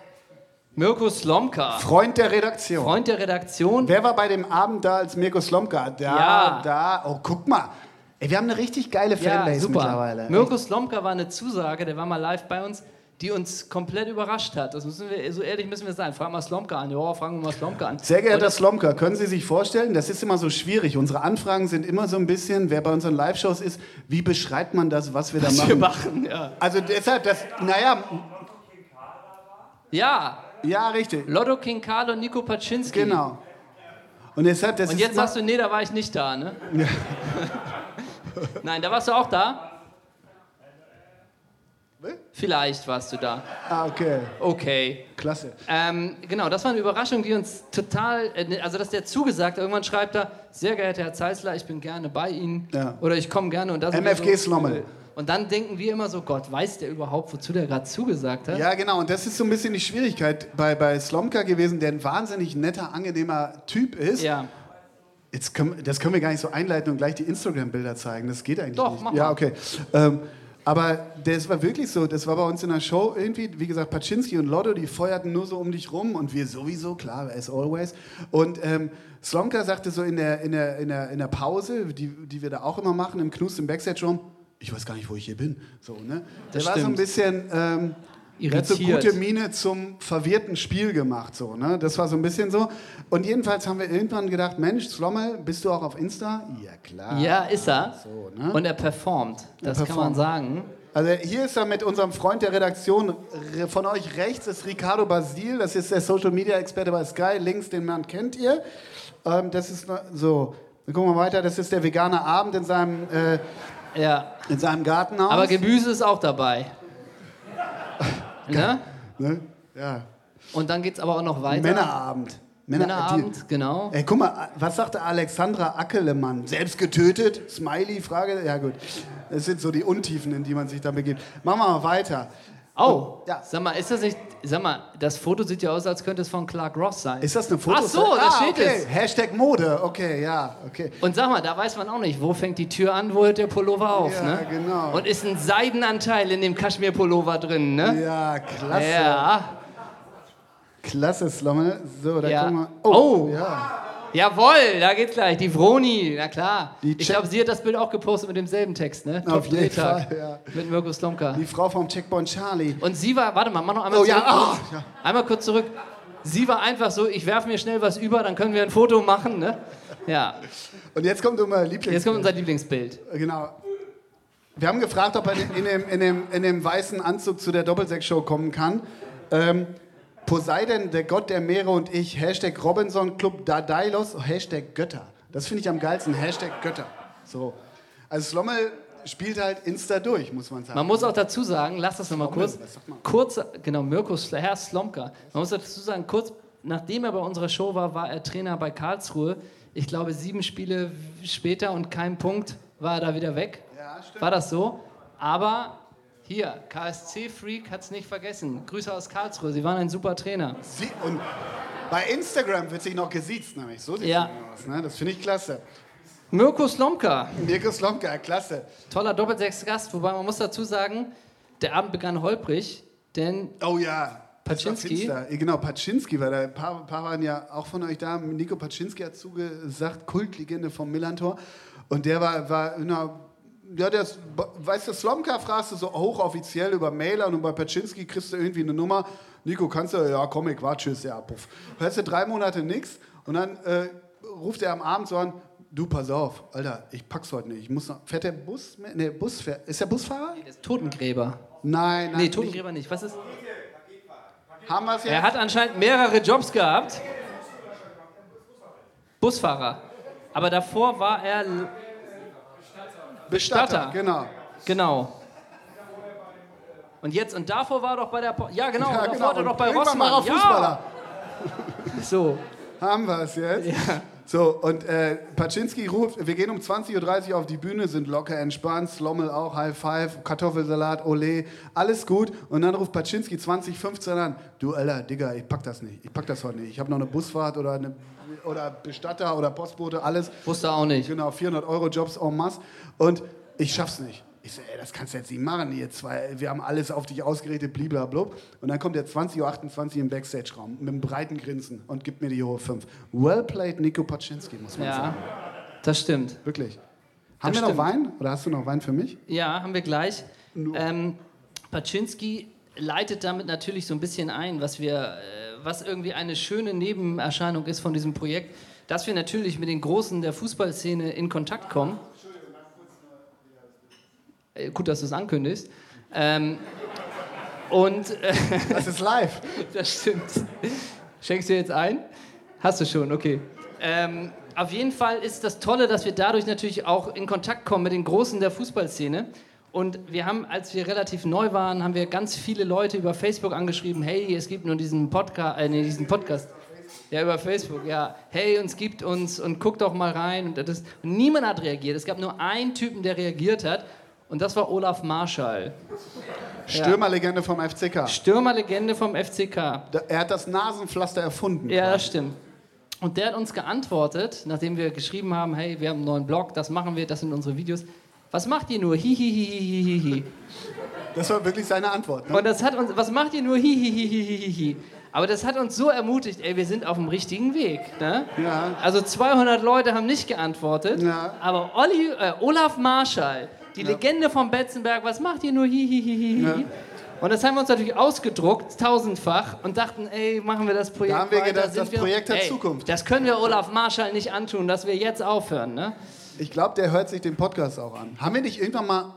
Mirko Slomka,
Freund der Redaktion.
Freund der Redaktion.
Wer war bei dem Abend da als Mirko Slomka? Da,
Ja.
da. Oh, guck mal. Ey, wir haben eine richtig geile Fanbase mittlerweile.
Mirko Slomka war eine Zusage, der war mal live bei uns, die uns komplett überrascht hat. Das müssen wir, so ehrlich müssen wir sein. Fragen wir Slomka an. Ja, fragen wir mal Slomka an.
Sehr geehrter Slomka, können Sie sich vorstellen, das ist immer so schwierig. Unsere Anfragen sind immer so ein bisschen, wer bei unseren Live-Shows ist, wie beschreibt man das, was wir da
was wir
machen?
machen, ja.
Also deshalb, das, naja,
Ja,
ja, richtig.
Lotto King Karl und Nico Paczynski.
Genau. Und deshalb, das
Und
ist
jetzt
immer-
sagst du, nee, da war ich nicht da, ne? *laughs* Nein, da warst du auch da? Vielleicht warst du da.
Ah, okay,
Okay.
klasse.
Ähm, genau, das war eine Überraschung, die uns total, äh, also dass der zugesagt, hat. irgendwann schreibt er, sehr geehrter Herr Zeisler, ich bin gerne bei Ihnen
Ja.
oder ich komme gerne und das sind
MFG
wir
Slommel.
Und dann denken wir immer so, Gott, weiß der überhaupt, wozu der gerade zugesagt hat?
Ja, genau. Und das ist so ein bisschen die Schwierigkeit bei, bei Slomka gewesen, der ein wahnsinnig netter, angenehmer Typ ist.
Ja.
Jetzt können, das können wir gar nicht so einleiten und gleich die Instagram-Bilder zeigen. Das geht eigentlich
Doch,
nicht.
mach
ja,
mal.
okay. Ähm, aber das war wirklich so. Das war bei uns in der Show irgendwie, wie gesagt, Paczynski und Lotto, die feuerten nur so um dich rum und wir sowieso, klar, as always. Und ähm, Slomka sagte so in der, in der, in der, in der Pause, die, die wir da auch immer machen, im Knust im Backstage-Raum, ich weiß gar nicht, wo ich hier bin. So, ne? Der
Das
war so ein
stimmt.
bisschen... Ähm, der hat so
Irritiert.
gute Miene zum verwirrten Spiel gemacht, so, ne? Das war so ein bisschen so. Und jedenfalls haben wir irgendwann gedacht, Mensch, Slommel, bist du auch auf Insta? Ja, klar.
Ja, ist er.
So, ne?
Und er performt, das kann man
performt.
sagen.
Also hier ist er mit unserem Freund der Redaktion. Re- Von euch rechts ist Ricardo Basil, das ist der Social Media Experte bei Sky. Links den Mann kennt ihr. Ähm, das ist ne- so. Dann gucken wir weiter. Das ist der vegane Abend in seinem, äh,
Ja.
in seinem Gartenhaus.
Aber Gemüse ist auch
*laughs*
dabei. ne?
ne? ja.
Und dann geht's aber auch noch weiter.
Männerabend. Männer- äh, die-
Männerabend, genau.
Ey, guck mal, was sagte Alexandra Ackelemann? Selbst getötet? Smiley, Frage? Ja, gut. Das sind so die Untiefen, in die man sich da begibt. Machen wir mal weiter.
Oh,
Ja.
sag mal, ist das nicht, sag mal, das Foto sieht ja aus, als könnte es von Clark Ross sein.
Ist das eine Foto?
Ach so, da steht
okay.
es.
Hashtag Mode. Okay, ja, okay.
Und sag mal, da weiß man auch nicht, wo fängt die Tür an, wo hört der Pullover auf,
Ja,
ne?
genau.
Und ist ein Seidenanteil in dem Kaschmir-Pullover drin, ne?
Ja, klasse.
Ja.
Klasse, Slomme. So, da
Ja.
gucken wir.
Oh.
Ja.
Jawohl, da geht's gleich. Die Vroni, na klar.
Die
ich
Check-
glaube, sie hat das Bild auch gepostet mit demselben Text, ne?
Auf jeden
Drehtag.
Fall, ja.
Mit Mirko Slomka.
Die Frau vom Checkpoint Charlie.
Und sie war, warte mal, mach noch einmal
Oh
zurück.
ja, ah,
kurz.
ja.
Einmal kurz zurück. Sie war einfach so, ich werfe mir schnell was über, dann können wir ein Foto machen, ne? Ja.
Und jetzt kommt unser Lieblings.
Jetzt kommt unser Lieblingsbild.
Genau. Wir haben gefragt, ob er in dem, in dem, in dem weißen Anzug zu der Doppelsechs-Show kommen kann. Ähm, Poseidon, der Gott der Meere und ich, Hashtag Robinson Club Dadailos, Hashtag Götter. Das finde ich am geilsten, Hashtag Götter. So. Also Slommel spielt halt Insta durch, muss man sagen.
Man muss auch dazu sagen, lass das nochmal kurz.
was sagt man?
Kurz, genau, Mirko, Sl- Herr Slomka. Man muss dazu sagen, kurz nachdem er bei unserer Show war, war er Trainer bei Karlsruhe. Ich glaube, sieben Spiele w- später und kein Punkt war er da wieder weg.
Ja, stimmt.
War das so? Aber hier, KSC-Freak hat es nicht vergessen. Grüße aus Karlsruhe, Sie waren ein super Trainer.
Sie, und bei Instagram wird sich noch gesiezt, nämlich. So sieht
Ja.
es aus. Ne? Das finde ich klasse.
Mirko Slomka,
Mirko Slomka, klasse.
toller Doppelsechs-Gast, wobei man muss dazu sagen, der Abend begann holprig, denn
Oh ja. das war
Paczynski?
finster. Ja, Genau, Paczynski war da. Ein paar, paar waren ja auch von euch da. Nico Paczynski hat zugesagt, Kultlegende vom Millantor. Und der war, war na, ja, der, ist- weißt du, Slomka fragst du so hochoffiziell über Mailer und bei Paczynski kriegst du irgendwie eine Nummer. Nico, kannst du, ja, komm, ich war, tschüss, ja, puff. Hörst du drei Monate nix und dann äh, ruft er am Abend so an, du, pass auf, Alter, ich pack's heute nicht. Ich muss noch, fährt der Bus, mit- nee, Bus, fährt, ist der Busfahrer?
der ist Totengräber.
Nein, nein,
Nee,
nicht.
Totengräber nicht. Was ist?
Haben wir's jetzt?
Er hat anscheinend mehrere Jobs gehabt. Busfahrer. Aber davor war er, l- Bestatter.
Genau.
genau. Und jetzt, und davor war er doch bei der, Po- ja genau,
Ja,
und davor
genau.
war er doch bei
irgendwann
Rossmann.
mal auf Fußballer.
Ja, so.
Haben wir es jetzt? So, und äh, Paczynski ruft, wir gehen um 20.30 Uhr auf die Bühne, sind locker entspannt, Slommel auch, High Five, Kartoffelsalat, Ole, alles gut. Und dann ruft Paczynski 2015 an, du Alter, Digga, ich pack das nicht, ich pack das heute nicht. Ich habe noch eine Busfahrt oder, eine, oder Bestatter oder Postbote, alles.
Wusste auch nicht.
Genau, 400 Euro Jobs en masse. Und ich schaff's nicht. Ich so, ey, das kannst du jetzt nicht machen, ihr zwei. Wir haben alles auf dich ausgerichtet, bliblablub. Und dann kommt der 20.28 Uhr im Backstage-Raum mit einem breiten Grinsen und gibt mir die hohe 5. Well played, Nico Paczynski, muss man
Ja,
sagen.
das stimmt.
Wirklich. Haben
Das
wir noch
stimmt.
Wein? Oder hast du noch Wein für mich?
Ja, haben wir gleich. Ähm, Paczynski leitet damit natürlich so ein bisschen ein, was wir, äh, was irgendwie eine schöne Nebenerscheinung ist von diesem Projekt, dass wir natürlich mit den Großen der Fußballszene in Kontakt kommen. Äh, Gut, dass du es ankündigst. Ähm, und äh,
Das
*laughs*
ist live.
das stimmt. Schenkst du jetzt ein? Hast du schon, okay. Ähm, auf jeden Fall ist das Tolle, dass wir dadurch natürlich auch in Kontakt kommen mit den Großen der Fußballszene. Und wir haben, als wir relativ neu waren, haben wir ganz viele Leute über Facebook angeschrieben, hey, es gibt nur diesen Podcast, äh, nee, diesen Podcast. Ja, über Facebook, ja. Hey, uns gibt uns und guck doch mal rein. Und, das, und niemand hat reagiert. Es gab nur einen Typen, der reagiert hat. Und das war Olaf Marschall.
Stürmerlegende vom FCK.
Stürmerlegende vom FCK.
Da- Er hat das Nasenpflaster erfunden.
Ja, das stimmt. Und der hat uns geantwortet, nachdem wir geschrieben haben, hey, wir haben einen neuen Blog, das machen wir, das sind unsere Videos. Was macht ihr nur? Hihihihihihi.
Das war wirklich seine Antwort. Ne?
Und das hat uns, was macht ihr nur? Hihihihihihi. Aber das hat uns so ermutigt, ey, wir sind auf dem richtigen Weg. Ne?
Ja.
Also 200 Leute haben nicht geantwortet,
Ja.
aber Olli, äh, Olaf Marschall, die Legende von Betzenberg, was macht ihr nur? Hihihihihi.
Ja.
Und das haben wir uns natürlich ausgedruckt, tausendfach, und dachten, ey, machen wir das Projekt
Da haben wir
weiter,
gedacht,
sind
das
wir-
Projekt hat
ey,
Zukunft.
Das können wir Olaf Marschall nicht antun, dass wir jetzt aufhören. Ne?
Ich glaube, der hört sich den Podcast auch an. Haben wir nicht irgendwann mal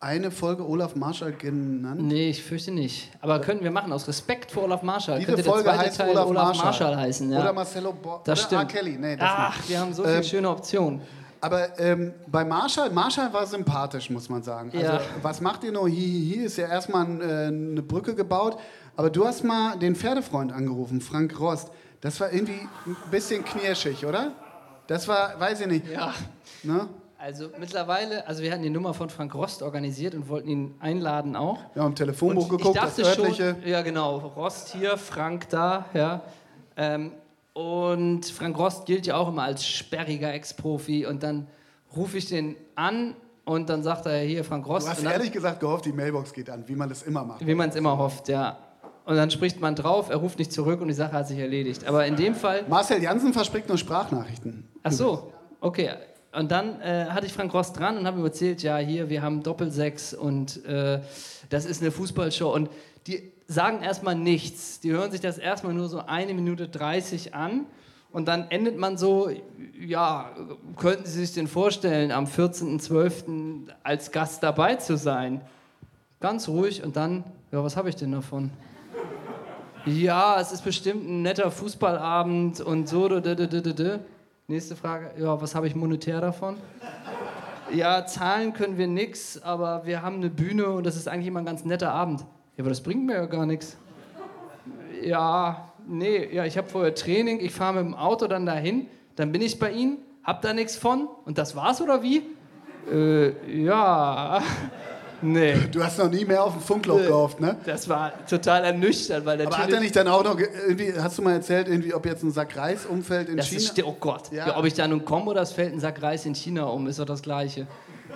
eine Folge Olaf Marschall genannt?
Nee, ich fürchte nicht. Aber könnten wir machen, aus Respekt vor Olaf Marschall.
Diese
könnte der
Folge
zweite
heißt
Teil
Olaf,
Olaf
Marschall.
Marschall heißen. Ja.
Oder Marcelo Bo
Das
oder
stimmt. Ah.
R. Kelly. Nee, das nicht.
Ach, wir haben so viele
Ähm,
schöne Optionen.
Aber ähm, bei Marshall, Marshall war sympathisch, muss man sagen. Also,
Ja.
was macht ihr noch? Hihihi ist ja erstmal ein, äh, eine Brücke gebaut. Aber du hast mal den Pferdefreund angerufen, Frank Rost. Das war irgendwie ein bisschen knirschig, oder? Das war, weiß ich nicht.
Ja.
Ne?
Also mittlerweile, also wir hatten die Nummer von Frank Rost organisiert und wollten ihn einladen auch.
Wir haben im Telefonbuch
Und
geguckt,
ich
das
dachte
örtliche.
schon, ja genau, Rost hier, Frank da, ja. Ähm, und Frank Rost gilt ja auch immer als sperriger Ex-Profi und dann rufe ich den an und dann sagt er hier Frank Rost,
Du hast
und dann,
ehrlich gesagt gehofft, die Mailbox geht an, wie man das immer macht.
wie man es immer hofft, ja. und dann spricht man drauf, er ruft nicht zurück und die Sache hat sich erledigt. Aber in dem Fall,
Marcel Jansen verspricht nur Sprachnachrichten.
ach so, okay. Und dann äh, hatte ich Frank Rost dran und habe ihm erzählt, ja, hier, wir haben Doppelsechs und äh, das ist eine Fußballshow. Und die sagen erstmal nichts. Die hören sich das erstmal nur so eine Minute 30 an. Und dann endet man so, ja, könnten Sie sich denn vorstellen, am 14.12. als Gast dabei zu sein? Ganz ruhig und dann, ja, was habe ich denn davon? Ja, es ist bestimmt ein netter Fußballabend und so. d- d- d- d- d- d. Nächste Frage. Ja, was habe ich monetär davon? Ja, zahlen können wir nix, aber wir haben eine Bühne und das ist eigentlich immer ein ganz netter Abend. Ja, aber das bringt mir ja gar nichts. Ja, nee, ja, ich habe vorher Training, ich fahre mit dem Auto dann dahin, dann bin ich bei Ihnen, hab da nichts von und das war's oder wie? Äh, ja, *laughs* nee.
Du hast noch nie mehr auf dem Funkloch
Äh,
gehofft, ne?
Das war total ernüchternd, weil
Aber
natürlich.
hat er nicht dann auch noch, ge- irgendwie, hast du mal erzählt, irgendwie, ob jetzt ein Sack Reis umfällt in
Das
China?
ist, sti- oh Gott.
Ja.
Ja. ob ich da nun komme oder es fällt ein Sack Reis in China um, ist doch das Gleiche.
Oh.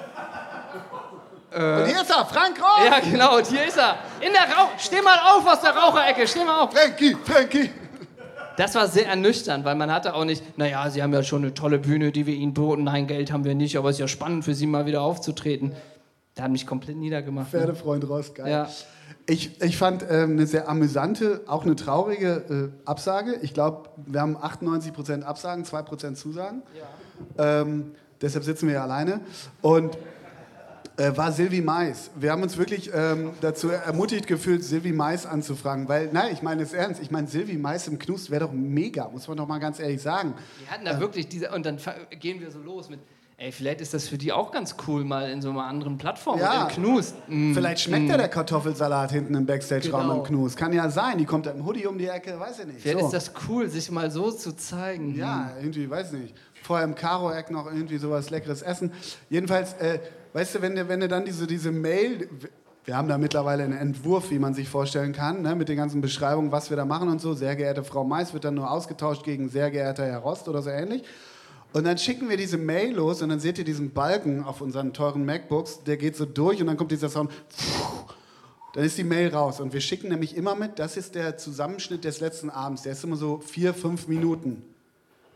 Und hier ist er, Frank Ross!
Ja, genau, und hier ist er. In der Rauch. Steh mal auf aus der Raucherecke, steh mal auf.
Frankie, Frankie!
Das war sehr ernüchternd, weil man hatte auch nicht, naja, Sie haben ja schon eine tolle Bühne, die wir Ihnen boten. Nein, Geld haben wir nicht, aber es ist ja spannend für Sie mal wieder aufzutreten. Da hat mich komplett niedergemacht.
Pferdefreund Ross, geil.
Ja.
Ich, ich fand ähm, eine sehr amüsante, auch eine traurige äh, Absage. Ich glaube, wir haben 98% Absagen, 2% Zusagen. Ähm, deshalb sitzen wir ja alleine. Und äh, war Silvi Mais. Wir haben uns wirklich ähm, dazu ermutigt gefühlt, Silvi Mais anzufragen. Weil, nein, ich meine es ernst. Ich meine, Silvi Mais im Knust wäre doch mega, muss man doch mal ganz ehrlich sagen.
Wir hatten da wirklich diese, und dann fa- gehen wir so los mit, ey, vielleicht ist das für die auch ganz cool, mal in so einer anderen Plattform
Ja.
mit dem Knust. Mm.
Vielleicht schmeckt ja der Kartoffelsalat hinten im Backstage-Raum
Genau.
im Knust. Kann ja sein. Die kommt da im Hoodie um die Ecke, weiß ich nicht.
Vielleicht
So.
ist das cool, sich mal so zu zeigen.
Ja, irgendwie, weiß nicht. Vorher im Karo-Eck noch irgendwie sowas leckeres Essen. Jedenfalls, äh, weißt du, wenn du, wenn du dann diese, diese Mail, wir haben da mittlerweile einen Entwurf, wie man sich vorstellen kann, ne, mit den ganzen Beschreibungen, was wir da machen und so. Sehr geehrte Frau Mais wird dann nur ausgetauscht gegen sehr geehrter Herr Rost oder so ähnlich. Und dann schicken wir diese Mail los und dann seht ihr diesen Balken auf unseren teuren MacBooks, der geht so durch und dann kommt dieser Sound. Dann ist die Mail raus und wir schicken nämlich immer mit, das ist der Zusammenschnitt des letzten Abends, der ist immer so vier, fünf Minuten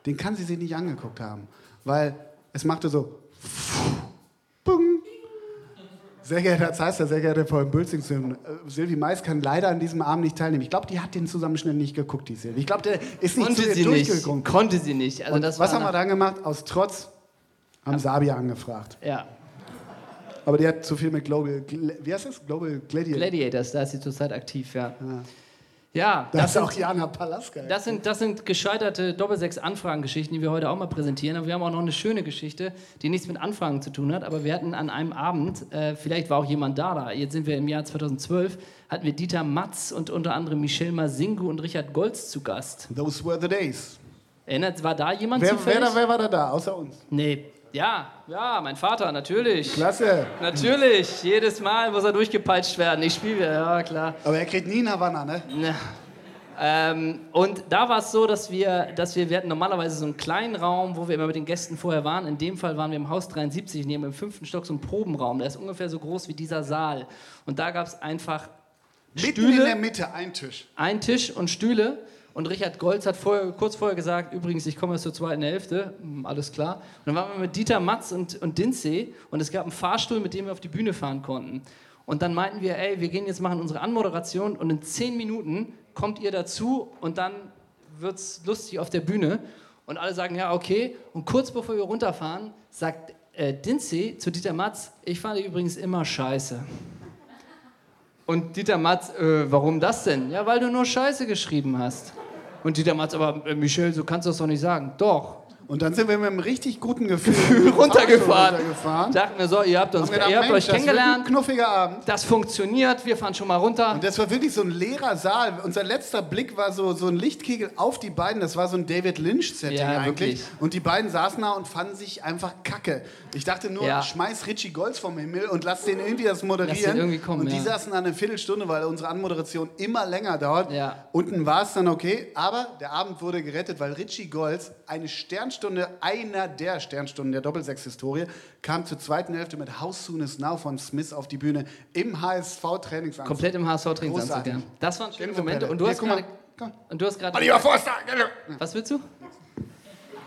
den kann sie sich nicht angeguckt haben, weil es machte so. Bung. Sehr geehrter Herr Zeister, sehr geehrter Frau Bülzing, äh, Silvi Mais kann leider an diesem Abend nicht teilnehmen. Ich glaube, die hat den Zusammenschnitt nicht geguckt, die Silvi. Ich glaube, der ist nicht zu
Konnte
ihr
sie nicht.
durchgekommen.
Konnte sie nicht. Also
Und
das
was
war
haben wir dann gemacht? Aus Trotz haben Sabia angefragt.
Ja,
Aber die hat zu viel mit Global, Gla- wie heißt das? Global Gladiator.
Gladiators, da ist sie zurzeit aktiv, ja. Ja,
das,
das,
ist auch Jana Palaska.
das, sind, das sind gescheiterte Doppelsechs-Anfragen-Geschichten, die wir heute auch mal präsentieren. Aber wir haben auch noch eine schöne Geschichte, die nichts mit Anfragen zu tun hat. Aber wir hatten an einem Abend, äh, vielleicht war auch jemand da da, jetzt sind wir im Jahr 2012, hatten wir Dieter Matz und unter anderem Michel Masingu und Richard Golz zu Gast.
Those were the days.
Erinnert, war da jemand
Wer,
zufällig?
wer, da- wer war da da, außer uns?
nee. Ja, ja, mein Vater, natürlich.
Klasse.
Natürlich, jedes Mal muss er durchgepeitscht werden. Ich spiele wieder, ja klar.
Aber er kriegt nie einen Havanna, ne?
Na. Ähm, und da war es so, dass wir, dass wir, wir hatten normalerweise so einen kleinen Raum, wo wir immer mit den Gästen vorher waren. In dem Fall waren wir im Haus 73, neben im fünften Stock so einen Probenraum. Der ist ungefähr so groß wie dieser Saal. Und da gab es einfach
Mitten
Stühle.
in der Mitte, ein Tisch.
einen Tisch und Stühle. Und Richard Golz hat vorher, kurz vorher gesagt, übrigens, ich komme erst zur zweiten Hälfte, Hm, alles klar. Und dann waren wir mit Dieter Matz und, und Dinsey und es gab einen Fahrstuhl, mit dem wir auf die Bühne fahren konnten. Und dann meinten wir, ey, wir gehen jetzt machen unsere Anmoderation und in zehn Minuten kommt ihr dazu und dann wird's lustig auf der Bühne. Und alle sagen, ja, okay. Und kurz bevor wir runterfahren, sagt äh, Dinsey zu Dieter Matz, ich fand die übrigens immer scheiße. Und Dieter Matz, äh, warum das denn? Ja, weil du nur Scheiße geschrieben hast. Und Dieter Matz, aber äh, Michel, so kannst du das doch nicht sagen. Doch.
Und dann sind wir mit einem richtig guten
*laughs*
Gefühl
Runtergefahren.
runtergefahren.
Dachten wir so, ihr habt uns,
Haben gedacht,
ihr habt
Mensch,
euch
das wird
kennengelernt,
Ein knuffiger Abend.
das funktioniert, wir fahren schon mal runter.
Und das war wirklich so ein leerer Saal. Unser letzter Blick war so, so ein Lichtkegel auf die beiden. Das war so ein David Lynch-Setting
Ja,
eigentlich.
wirklich.
Und die beiden saßen da und fanden sich einfach kacke. Ich dachte nur,
Ja.
schmeiß Richie Golds vom Himmel und lass den irgendwie das moderieren.
Lass den irgendwie kommen,
und die
ja.
saßen dann eine Viertelstunde, weil unsere Anmoderation immer länger dauert.
Ja.
Unten war es dann okay, aber der Abend wurde gerettet, weil Richie Golds eine Sternstunde, einer der Sternstunden der Doppelsechs-Historie, kam zur zweiten Hälfte mit How Soon Is Now von Smith auf die Bühne im HSV-Trainingsanzug.
Komplett im HSV-Trainingsanzug. Ja.
Großartig.
Das waren schöne
Gänsebrille.
Momente. Und du
Hier,
hast
guck mal.
gerade.
Komm.
Und du hast gerade.
Oliver Forster!
Was willst du?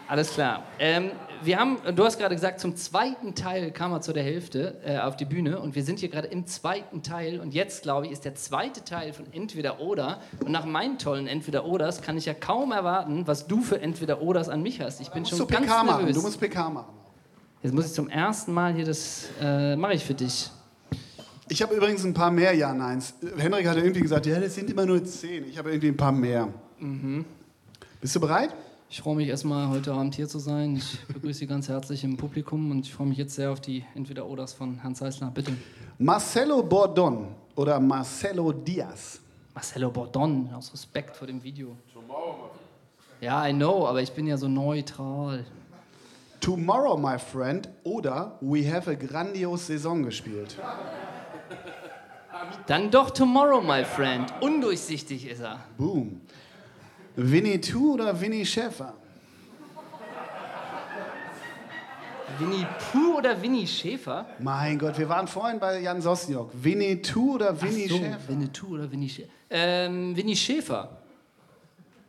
Alles klar. Ähm, wir haben, du hast gerade gesagt, zum zweiten Teil kam er zu der Hälfte äh, auf die Bühne und wir sind hier gerade im zweiten Teil und jetzt, glaube ich, ist der zweite Teil von Entweder Oder und nach meinen tollen Entweder Oders kann ich ja kaum erwarten, was du für Entweder Oders an mich hast. Ich bin
Du musst
schon
so
ganz
PK machen.
nervös.
Du musst PK machen.
jetzt muss ich zum ersten Mal hier das, äh, mache ich für dich.
Ich habe übrigens ein paar mehr Ja-Neins. Henrik hatte irgendwie gesagt, ja, das sind immer nur zehn. Ich habe irgendwie ein paar mehr.
Mhm.
Bist du bereit?
Ich freue mich erstmal, heute Abend hier zu sein. Ich begrüße Sie ganz herzlich im Publikum und ich freue mich jetzt sehr auf die Entweder Oders von Hans Eisler. Bitte.
Marcelo Bordon oder Marcelo Diaz.
Marcelo Bordon, aus Respekt vor dem Video. Ja, I know, aber ich bin ja so neutral.
Tomorrow, my friend, oder We have a grandiose Saison gespielt.
Dann doch Tomorrow, my friend. Undurchsichtig ist er.
Boom. Winnie Tu oder Winnie Schäfer?
Winnie Pooh oder Winnie Schäfer?
Mein Gott, wir waren vorhin bei Jan Sosniok. Winnie Tu oder Winnie
Ach so,
Schäfer?
Winnetou oder Winnie Schäfer? Ähm, Winnie Schäfer.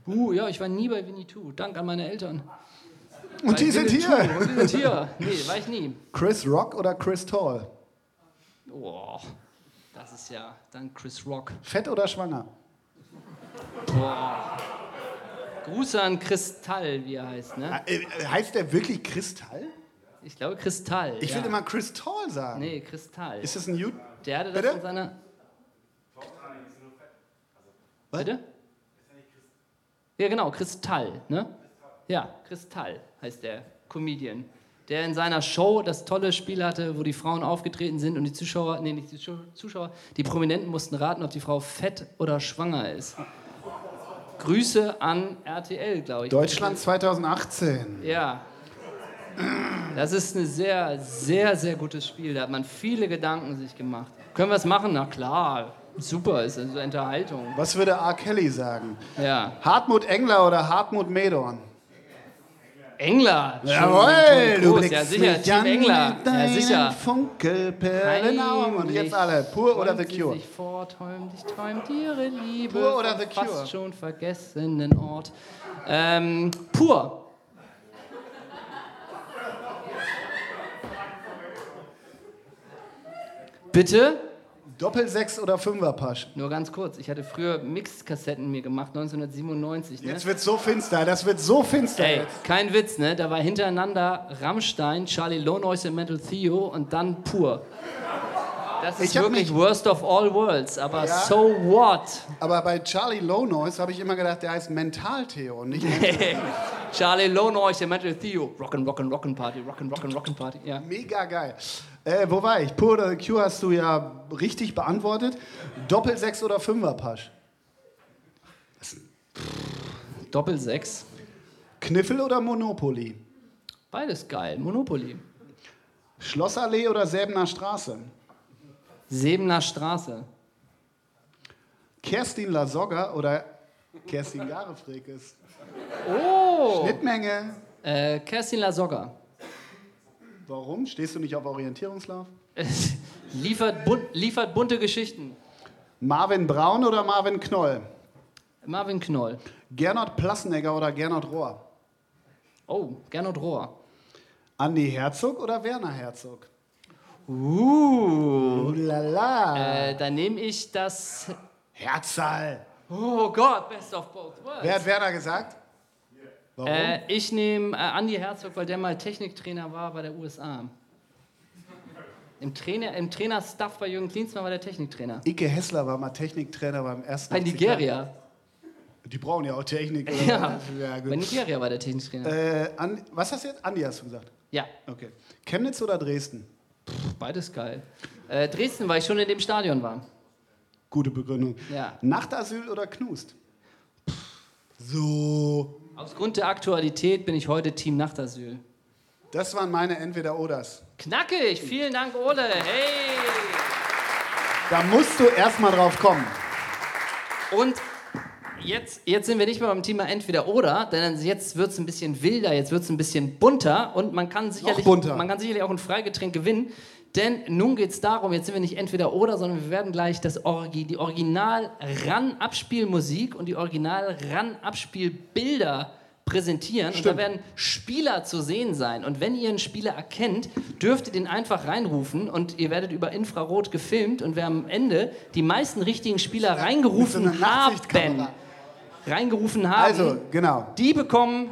Uh, ja, ich war nie bei Winnie Two. Dank an meine Eltern.
Und die
Bei
sind
Winnetou,
hier.
Und die sind hier. Nee, war ich nie.
Chris Rock oder Chris Tall?
Oh, das ist ja dann Chris Rock.
Fett oder schwanger?
Grüße an Kristall, wie er heißt, ne?
Äh, äh, heißt der wirklich Kristall?
Ich glaube Kristall.
Ich
ja.
will immer Chris Tall sagen.
Nee, Kristall.
Ist das ein Jud?
Der hatte das
Bitte?
in seiner. Bitte? Ja, genau, Kristall, ne? Ja, Kristall heißt der Comedian. Der in seiner Show das tolle Spiel hatte, wo die Frauen aufgetreten sind und die Zuschauer, nee, nicht die Zuschau- Zuschauer, die Prominenten mussten raten, ob die Frau fett oder schwanger ist. Grüße an RTL, glaube ich.
Deutschland 2018.
Ja. Das ist ein sehr, sehr, sehr gutes Spiel. Da hat man viele Gedanken sich gemacht. Können wir es machen? Na klar. Super, ist also Unterhaltung.
Was würde R. Kelly sagen?
Ja.
Hartmut Engler oder Hartmut Medorn?
Engler. Schon Toni
Jawohl, du
Kroos.
blickst
Ja, sicher.
mich
Team
an
Engler.
mit
Ja,
deinen
sicher.
Funkelperlenaugen. Und jetzt alle, Pur oder The
Träumt sie
Cure?
Sich fort, träumt sich, träumt ihre Liebe.
Pur oder
vom
The Cure?
Fast schon vergessenen Ort. Ähm, pur. Bitte?
Doppelsechs oder Fünferpasch?
Nur ganz kurz. Ich hatte früher Mixkassetten mir gemacht, 1997. Ne?
Jetzt wird so finster, das wird so finster
Ey,
jetzt.
kein Witz, ne? Da war hintereinander Rammstein, Charlie Lonois und Mental Theo und dann pur. Das ist
Ich hab
wirklich
mich-
worst of all worlds, aber
Ja.
so what? *laughs*
Aber bei Charlie Low Noise habe ich immer gedacht, der heißt
*laughs*
Mentaltheo und nicht
Charlie Lonois und Mental Theo. Rock'n, rock'n, rock'n Party, rock'n, rock'n, rock'n Party. Ja.
Mega geil. Äh, wo war ich? Pur oder The Cure hast du ja richtig beantwortet. Doppelsechs oder Fünferpasch?
Doppel sechs.
Kniffel oder Monopoly?
Beides geil. Monopoly.
Schlossallee oder Säbener Straße?
Sebener Straße.
Kerstin Lasogga oder Kerstin Garefrekes?
Oh!
Schnittmenge.
Äh, Kerstin Lasogga. *laughs*
Warum? Stehst du nicht auf Orientierungslauf?
liefert, bun liefert bunte Geschichten.
Marvin Braun oder Marvin Knoll?
Marvin Knoll.
Gernot Plassenegger oder Gernot Rohr?
Oh, Gernot Rohr.
Andi Herzog oder Werner Herzog?
Uh.
Oh la la.
Äh, dann nehme ich das.
Herzal.
Oh Gott, best of both worlds.
Wer hat Werner gesagt? Warum?
Äh, ich nehme äh, Andy Herzog, weil der mal Techniktrainer war bei der USA. Im Trainer, im Trainerstaff bei Jürgen Klinsmann war der Techniktrainer.
Ike Hessler war mal Techniktrainer beim ersten.
Bei
FC
Nigeria.
Köln. Die brauchen ja auch Technik. oder?
Ja.
ja
Bei
gut.
Nigeria war der Techniktrainer.
Äh, Andi, was hast du jetzt? Andi hast du gesagt.
Ja,
Okay. Chemnitz oder Dresden?
pf, beides geil. Äh, Dresden, weil ich schon in dem Stadion war.
Gute Begründung.
Ja.
Nachtasyl oder Knust? So.
Aufgrund der Aktualität bin ich heute Team Nachtasyl.
Das waren meine Entweder-Oders.
Knackig, vielen Dank, Ole. Hey!
Da musst du erstmal drauf kommen.
Und Jetzt, jetzt sind wir nicht mehr beim Thema entweder oder, denn jetzt wird es ein bisschen wilder, jetzt wird es ein bisschen bunter und man kann, sicherlich,
bunter.
man kann sicherlich auch ein Freigetränk gewinnen. Denn nun geht es darum, jetzt sind wir nicht entweder oder, sondern wir werden gleich das Orgi, die Original-Ran-Abspielmusik und die Original-Ran-Abspielbilder präsentieren. Und da werden Spieler zu sehen sein. Und wenn ihr einen Spieler erkennt, dürft ihr den einfach reinrufen und ihr werdet über Infrarot gefilmt. Und wer am Ende die meisten richtigen Spieler reingerufen
Mit so einer
haben,
Nachtsichtkamera.
reingerufen haben,
Also, genau.
die bekommen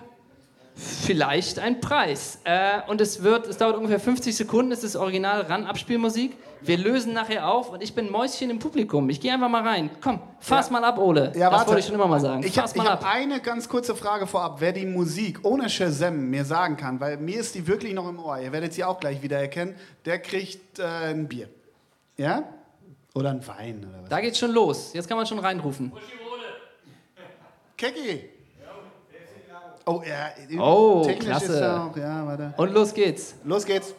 vielleicht einen Preis. Äh, und es wird, es dauert ungefähr 50 Sekunden, es ist original ran Abspielmusik. Wir lösen nachher auf und ich bin Mäuschen im Publikum. Ich gehe einfach mal rein. Komm, fass mal ab, Ole.
Ja,
das
warte.
wollte ich schon immer mal sagen.
Ich habe
fass mal ab.
hab eine ganz kurze Frage vorab. Wer die Musik ohne Shazam mir sagen kann, weil mir ist die wirklich noch im Ohr, ihr werdet sie auch gleich wieder erkennen, der kriegt äh, ein Bier. Ja? Oder ein Wein oder was.
Da geht's schon los. Jetzt kann man schon reinrufen.
Keki! Oh, ja.
Oh,
technisch ist
klasse.
er auch. Ja, warte.
Und los geht's.
Los geht's.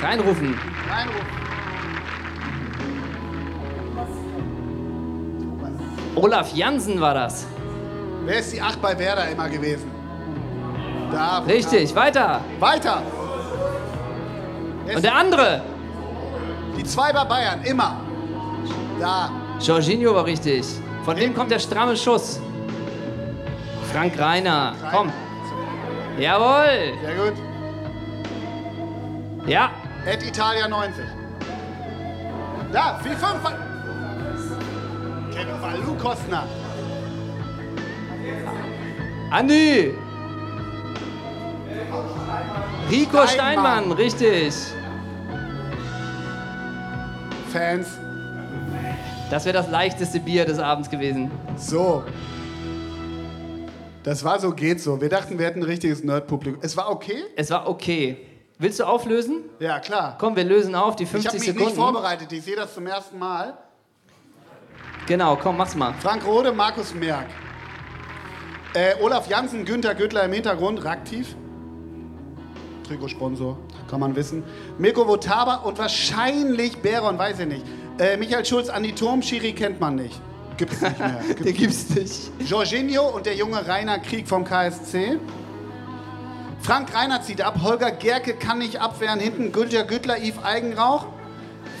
Reinrufen.
Reinruf.
Olaf Jansen war das.
Wer ist die 8 bei Werder immer gewesen? Da.
Richtig, weiter.
Weiter. Wer
Und
ist
der andere.
die 2 bei Bayern, immer. Da.
Jorginho war richtig. Von dem kommt der stramme Schuss. Frank Reiner. Komm. Jawohl.
Sehr gut.
Ja.
At Italia 90. Da, wie fünf. Wa- Kevin Valu Kostner.
Andi. Rico Steinmann,
Steinmann.
richtig.
Fans.
Das wäre das leichteste Bier des Abends gewesen.
So. Das war so, geht so. Wir dachten, wir hätten ein richtiges Nerd-Publikum. Es war okay?
Es war okay. Willst du auflösen?
Ja, klar.
Komm, wir lösen auf die
Ich
50
habe mich
Sekunden.
nicht vorbereitet. Ich sehe das zum ersten Mal.
genau, komm, mach's mal.
Frank Rode, Markus Merck. Äh, Olaf Janssen, Günther Güttler im Hintergrund, Raktiv. Trikotsponsor, kann man wissen. Mirko Votaba und wahrscheinlich Beron, weiß ich nicht. Äh, Michael Schulz, Andi Turm, Schiri kennt man nicht. Gibt's nicht mehr.
Den gibt's nicht.
Jorginho und der junge Rainer Krieg vom KSC. Frank Reiner zieht ab, Holger Gerke kann nicht abwehren, hinten Günther Güttler, Yves Eigenrauch,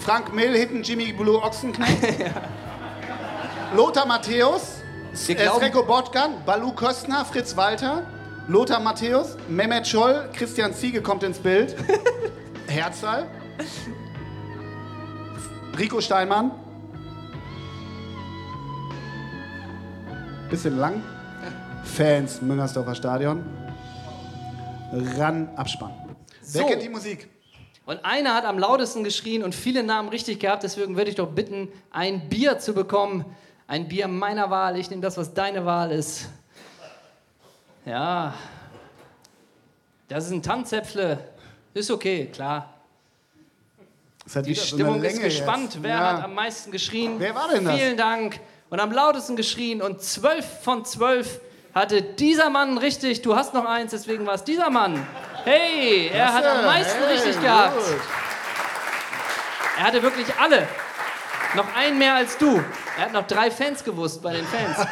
Frank Mill, hinten Jimmy Blue
*laughs*
Ochsenknecht, Lothar Matthäus,
Wir
äh,
glauben-
Sreko Botkan, Balu Köstner, Fritz Walter, Lothar Matthäus, Mehmet Scholl, Christian Ziege kommt ins
*laughs*
Bild, Herzal, Rico Steinmann. Bisschen lang. Fans, Müngersdorfer Stadion. Ran, Abspann. Wer
So.
kennt die Musik?
Und einer hat am lautesten geschrien und viele Namen richtig gehabt, deswegen würde ich doch bitten, ein Bier zu bekommen. Ein Bier meiner Wahl, ich nehme das, was deine Wahl ist. Ja. Das ist ein Tanzäpfle. Ist okay, klar.
Das hat
Die
wieder so eine
Stimmung ist
Länge jetzt.
gespannt. Wer
Ja.
hat am meisten geschrien?
Wer war denn das?
Vielen Dank. Und am lautesten geschrien. Und zwölf von zwölf hatte dieser Mann richtig. Du hast noch eins, deswegen war es dieser Mann. Hey, er hat am
Klasse.
meisten
Hey,
richtig gehabt.
gut.
Er hatte wirklich alle. Noch einen mehr als du. Er hat noch drei Fans gewusst bei den
*laughs*
Fans.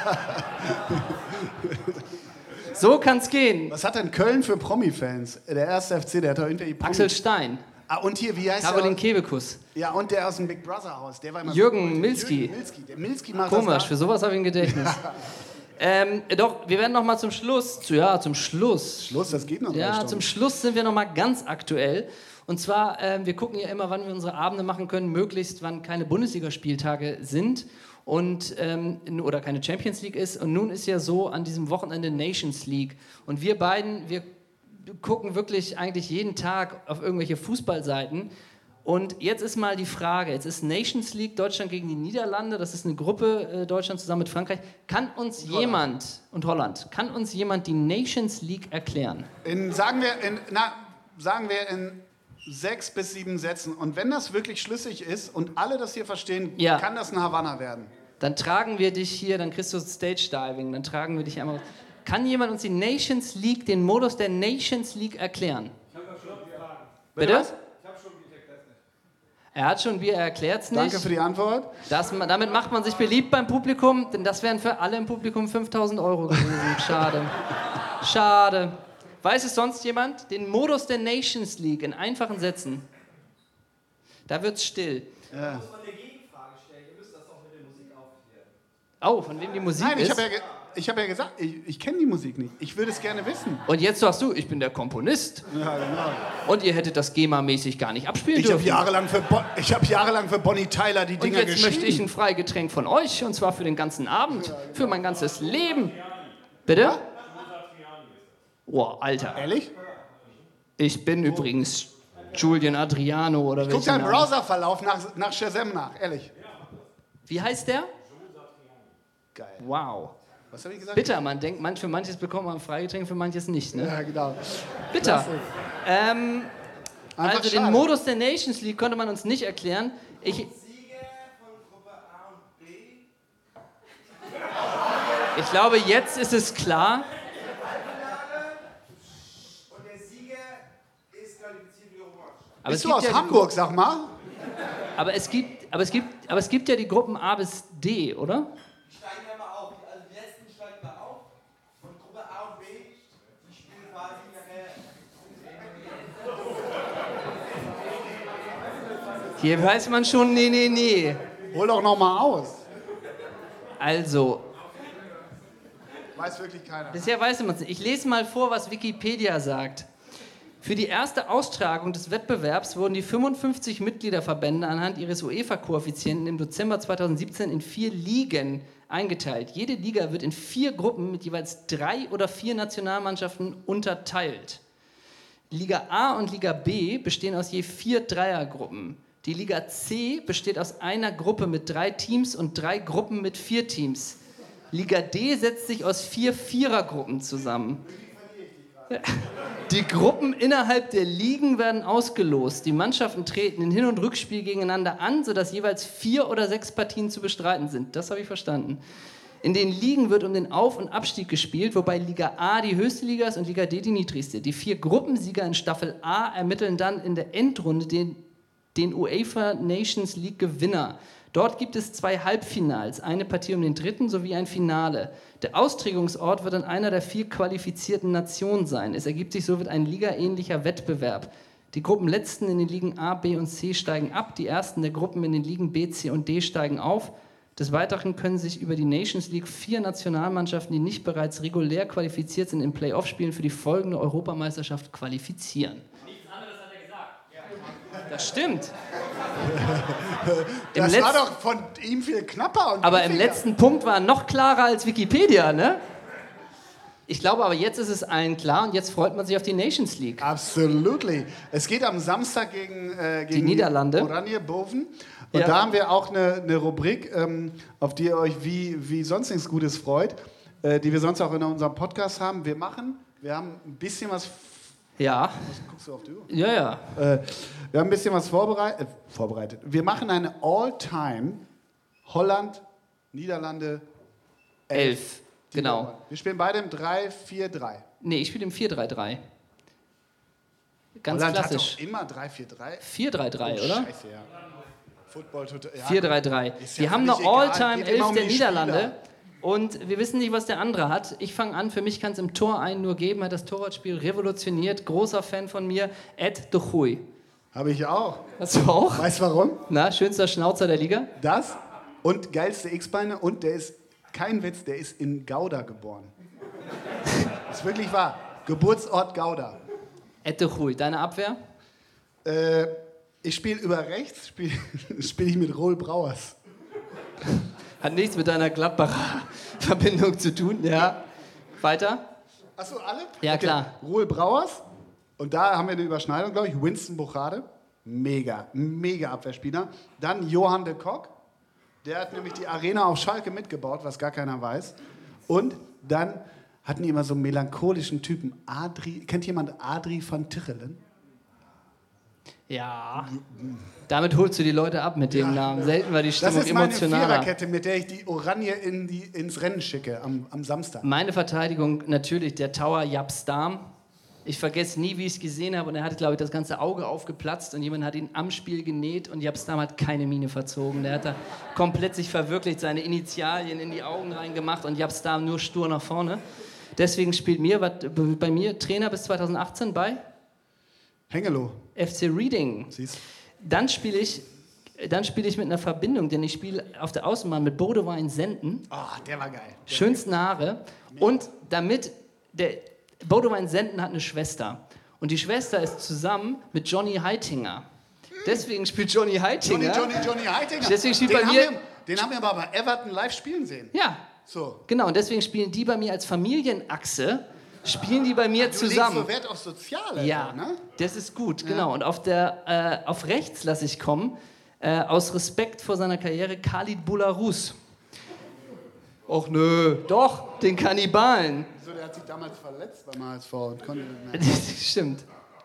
so kann's gehen.
Was hat denn Köln für Promi-Fans? Der erste FC, der hat doch irgendwie Promi.
Axel Stein,
Ah, und hier, wie heißt
Caroline
der?
Kebekus.
Ja, und der aus dem Big Brother Haus. Der war immer so
Jürgen
cool.
Milski.
Jürgen Milski. Der Milski macht
Komisch,
das.
für sowas habe ich ein Gedächtnis. ähm, doch, wir werden noch mal zum Schluss, zu, ja, zum Schluss.
Los, das geht noch drei
Ja,
Stunden.
zum Schluss sind wir noch mal ganz aktuell. Und zwar, ähm, wir gucken ja immer, wann wir unsere Abende machen können, möglichst, wann keine Bundesligaspieltage sind und ähm, n- oder keine Champions League ist. Und nun ist ja so an diesem Wochenende Nations League. Und wir beiden, wir gucken wirklich eigentlich jeden Tag auf irgendwelche Fußballseiten. Und jetzt ist mal die Frage, jetzt ist Nations League Deutschland gegen die Niederlande, das ist eine Gruppe äh, Deutschland zusammen mit Frankreich. Kann uns jemand, und Holland, kann uns jemand die Nations League erklären?
In, sagen, wir in, na, sagen wir in sechs bis sieben Sätzen. Und wenn das wirklich schlüssig ist und alle das hier verstehen,
Ja.
kann das ein Havanna werden.
Dann tragen wir dich hier, dann kriegst du Stage Diving, dann tragen wir dich einmal. Kann jemand uns die Nations League, den Modus der Nations League erklären? Bitte? Ich habe schon gecheckt, das nicht. Er hat schon Bier, er erklärt es nicht.
Danke für die Antwort.
Das, damit macht man sich beliebt beim Publikum, denn das wären für alle im Publikum 5000 Euro gewesen. Schade. Schade. Weiß es sonst jemand? Den Modus der Nations League in einfachen Sätzen. Da wird's still. Oh, von wem die Musik
Nein, ich
ist?
habe ja, ge- ich hab ja gesagt, ich, ich kenne die Musik nicht. Ich würde es gerne wissen.
Und jetzt sagst du, ich bin der Komponist.
Ja, genau.
Und ihr hättet das GEMA-mäßig gar nicht abspielen
Ich habe
dürfen.
jahrelang, für Bon- ich hab jahrelang für Bonnie Tyler die
und
Dinger
jetzt
geschrieben.
möchte ich ein Freigetränk von euch, und zwar für den ganzen Abend, für mein ganzes Leben. Bitte? Boah, Alter.
Ehrlich?
Ich bin übrigens Julian Adriano oder
Guck
welcher
deinen
Name.
Browserverlauf nach, nach Shazam nach, ehrlich.
Wie heißt der?
Geil.
Wow.
Was habe ich gesagt?
Bitter, man denkt, man, für manches bekommt man ein Freigetränk, für manches nicht. Ne?
Ja, genau.
Bitter. Ähm,
Einfach
also den
schade.
Modus der Nations League konnte man uns nicht erklären. Ich, ich glaube, jetzt ist es klar. Aber es
Bist du
gibt
aus
ja die
Hamburg, sag mal?
Gru- Aber es, gibt, aber, es gibt, aber es gibt ja die Gruppen A bis D, oder?
steigen ja mal auf. Also die letzten steigen mal auf. Und Gruppe A und B, die spielen quasi nachher.
Hier weiß man schon, nee, nee, nee.
Hol doch nochmal aus.
Also,
Weiß wirklich keiner.
Bisher weiß man es nicht. Ich lese mal vor, was Wikipedia sagt. Für die erste Austragung des Wettbewerbs wurden die 55 Mitgliederverbände anhand ihres UEFA-Koeffizienten im Dezember 2017 in vier Ligen eingeteilt. Jede Liga wird in vier Gruppen mit jeweils drei oder vier Nationalmannschaften unterteilt. Liga A und Liga B bestehen aus je vier Dreiergruppen. Die Liga C besteht aus einer Gruppe mit drei Teams und drei Gruppen mit vier Teams. Liga D setzt sich aus vier Vierergruppen zusammen. Die Gruppen innerhalb der Ligen werden ausgelost. Die Mannschaften treten in Hin- und Rückspiel gegeneinander an, sodass jeweils vier oder sechs Partien zu bestreiten sind. Das habe ich verstanden. In den Ligen wird um den Auf- und Abstieg gespielt, wobei Liga A die höchste Liga ist und Liga D die niedrigste. Die vier Gruppensieger in Staffel A ermitteln dann in der Endrunde den, den UEFA Nations League Gewinner. Dort gibt es zwei Halbfinals, eine Partie um den dritten sowie ein Finale. Der Austrägungsort wird an einer der vier qualifizierten Nationen sein. Es ergibt sich somit ein ligaähnlicher Wettbewerb. Die Gruppenletzten in den Ligen A, B und C steigen ab, die ersten der Gruppen in den Ligen B, C und D steigen auf. Des Weiteren können sich über die Nations League vier Nationalmannschaften, die nicht bereits regulär qualifiziert sind, in Playoff-Spielen für die folgende Europameisterschaft qualifizieren. Das
*laughs*
stimmt. Im
das war
letzten-
doch von ihm viel knapper. Und
aber im
griffiger.
letzten Punkt war er noch klarer als Wikipedia, ne? Ich glaube, aber jetzt ist es allen klar und jetzt freut man sich auf die Nations League.
Absolutely. Es geht am Samstag gegen, äh, gegen
Niederlande.
Oranje Boven. Und
Ja.
da haben wir auch eine, eine Rubrik, ähm, auf die ihr euch wie, wie sonst nichts Gutes freut, äh, die wir sonst auch in unserem Podcast haben. Wir machen, wir haben ein bisschen was.
Ja,
Guckst du auf die Uhr?
ja, ja.
Äh, wir haben ein bisschen was vorbereit, äh, vorbereitet. Wir machen eine All-Time Holland, Niederlande.
Elf, genau.
Wir spielen beide im 3-4-3.
Nee, ich spiele im 4-3-3. Ganz
Holland
klassisch.
hat doch immer 3-4-3.
4-3-3, oder?
Scheiße, ja. Football total. Ja,
4-3-3.
Ist ja
Wir haben eine
völlig egal.
All-Time
Geht immer
11
um
der
die
Niederlande.
Spieler.
Und wir wissen nicht, was der andere hat. Ich fange an, für mich kann es im Tor einen nur geben. Hat das Torwartspiel revolutioniert. Großer Fan von mir. Ed de Huy.
Habe ich auch.
Hast du auch?
Weißt warum?
Na, schönster Schnauzer der Liga.
Das und geilste X-Beine und der ist kein Witz, der ist in Gouda geboren. *laughs* ist wirklich wahr. Geburtsort Gouda.
Ed de Huy, deine Abwehr?
Äh, ich spiele über rechts, spiele spiel *laughs* ich mit Rohl Brauers.
Hat nichts mit deiner
*laughs*
Gladbacher Verbindung zu tun, ja. Weiter?
Achso, alle?
Ja, klar.
Rohl Brauers. Und da haben wir eine Überschneidung, glaube ich. Winston Buchade. Mega, mega Abwehrspieler. Dann Johann de Kock. Der hat nämlich die Arena auf Schalke mitgebaut, was gar keiner weiß. Und dann hatten die immer so einen melancholischen Typen. Adri, kennt jemand Adri van Tichelen?
Ja. Damit holst du die Leute ab mit dem Namen. Selten war die
Das
Stimmung
ist meine
emotionaler.
Viererkette, mit der ich die Oranje in die, ins Rennen schicke am, am Samstag.
Meine Verteidigung natürlich der Tower Japs Darm. Ich vergesse nie, wie ich es gesehen habe. Und er hatte, glaube ich, das ganze Auge aufgeplatzt und jemand hat ihn am Spiel genäht und Jabstam hat keine Miene verzogen. Der hat da komplett sich verwirklicht, seine Initialien in die Augen reingemacht und Jabstam nur stur nach vorne. Deswegen spielt mir, was- bei mir Trainer bis 2018 bei
Hengelo,
FC Reading.
siehst
Dann spiele ich, dann spiele ich mit einer Verbindung, denn ich spiele auf der Außenbahn mit Bodewein Senden.
Ah, der war geil.
Schönsten Haare. Und damit, der Bodewein Senden hat eine Schwester. Und die Schwester ist zusammen mit Johnny Heitinger. Deswegen spielt Johnny
Johnny,
Heitinger.
Johnny, Johnny Heitinger.
Deswegen spielt
den
bei
haben
mir-
wir, Den haben wir aber bei Everton live spielen sehen.
Ja,
So.
genau. Und deswegen spielen die bei mir als Familienachse, spielen die bei mir
Du legst
zusammen.
so Wert auf Soziale.
Ja,
So, ne?
das ist gut, genau. Und auf, der, äh, auf rechts lasse ich kommen, äh, aus Respekt vor seiner Karriere, Khalid Boularus. Och nö, doch, den Kannibalen. *laughs*
So, der hat sich damals verletzt beim HSV und konnte nicht mehr.
Stimmt.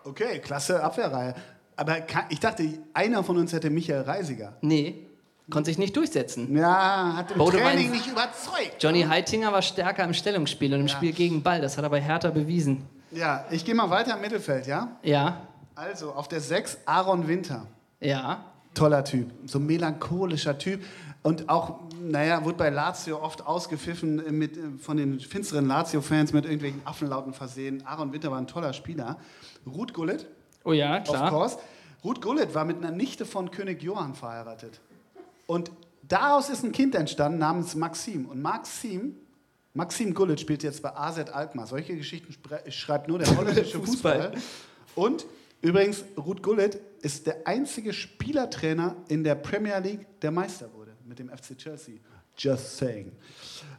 Okay, klasse Abwehrreihe. Aber ka- ich dachte, einer von uns hätte Michael Reisiger.
Nee, konnte sich nicht durchsetzen.
Ja, hat im
Bodewein-
Training nicht überzeugt.
Johnny Heitinger war stärker im Stellungsspiel und im Spiel gegen Ball. Das hat er bei Hertha bewiesen.
Ja, ich gehe mal weiter im Mittelfeld, ja?
Ja,
Also, auf der 6 Aaron Winter.
ja.
Toller Typ, so ein melancholischer Typ. Und auch, naja, wurde bei Lazio oft ausgepfiffen äh, mit, äh, von den finsteren Lazio-Fans mit irgendwelchen Affenlauten versehen. Aaron Winter war ein toller Spieler. Ruth Gullit,
Oh ja,
of
klar.
course. Ruth Gullit war mit einer Nichte von König Johann verheiratet. Und daraus ist ein Kind entstanden namens Maxim. Und Maxim, Maxim Gullit spielt jetzt bei AZ Alkmaar. Solche Geschichten spre- schreibt nur der holländische
Fußball.
Fußball. Und übrigens, Ruth Gullit ist der einzige Spielertrainer in der Premier League, der Meister wurde mit dem FC Chelsea. Just saying.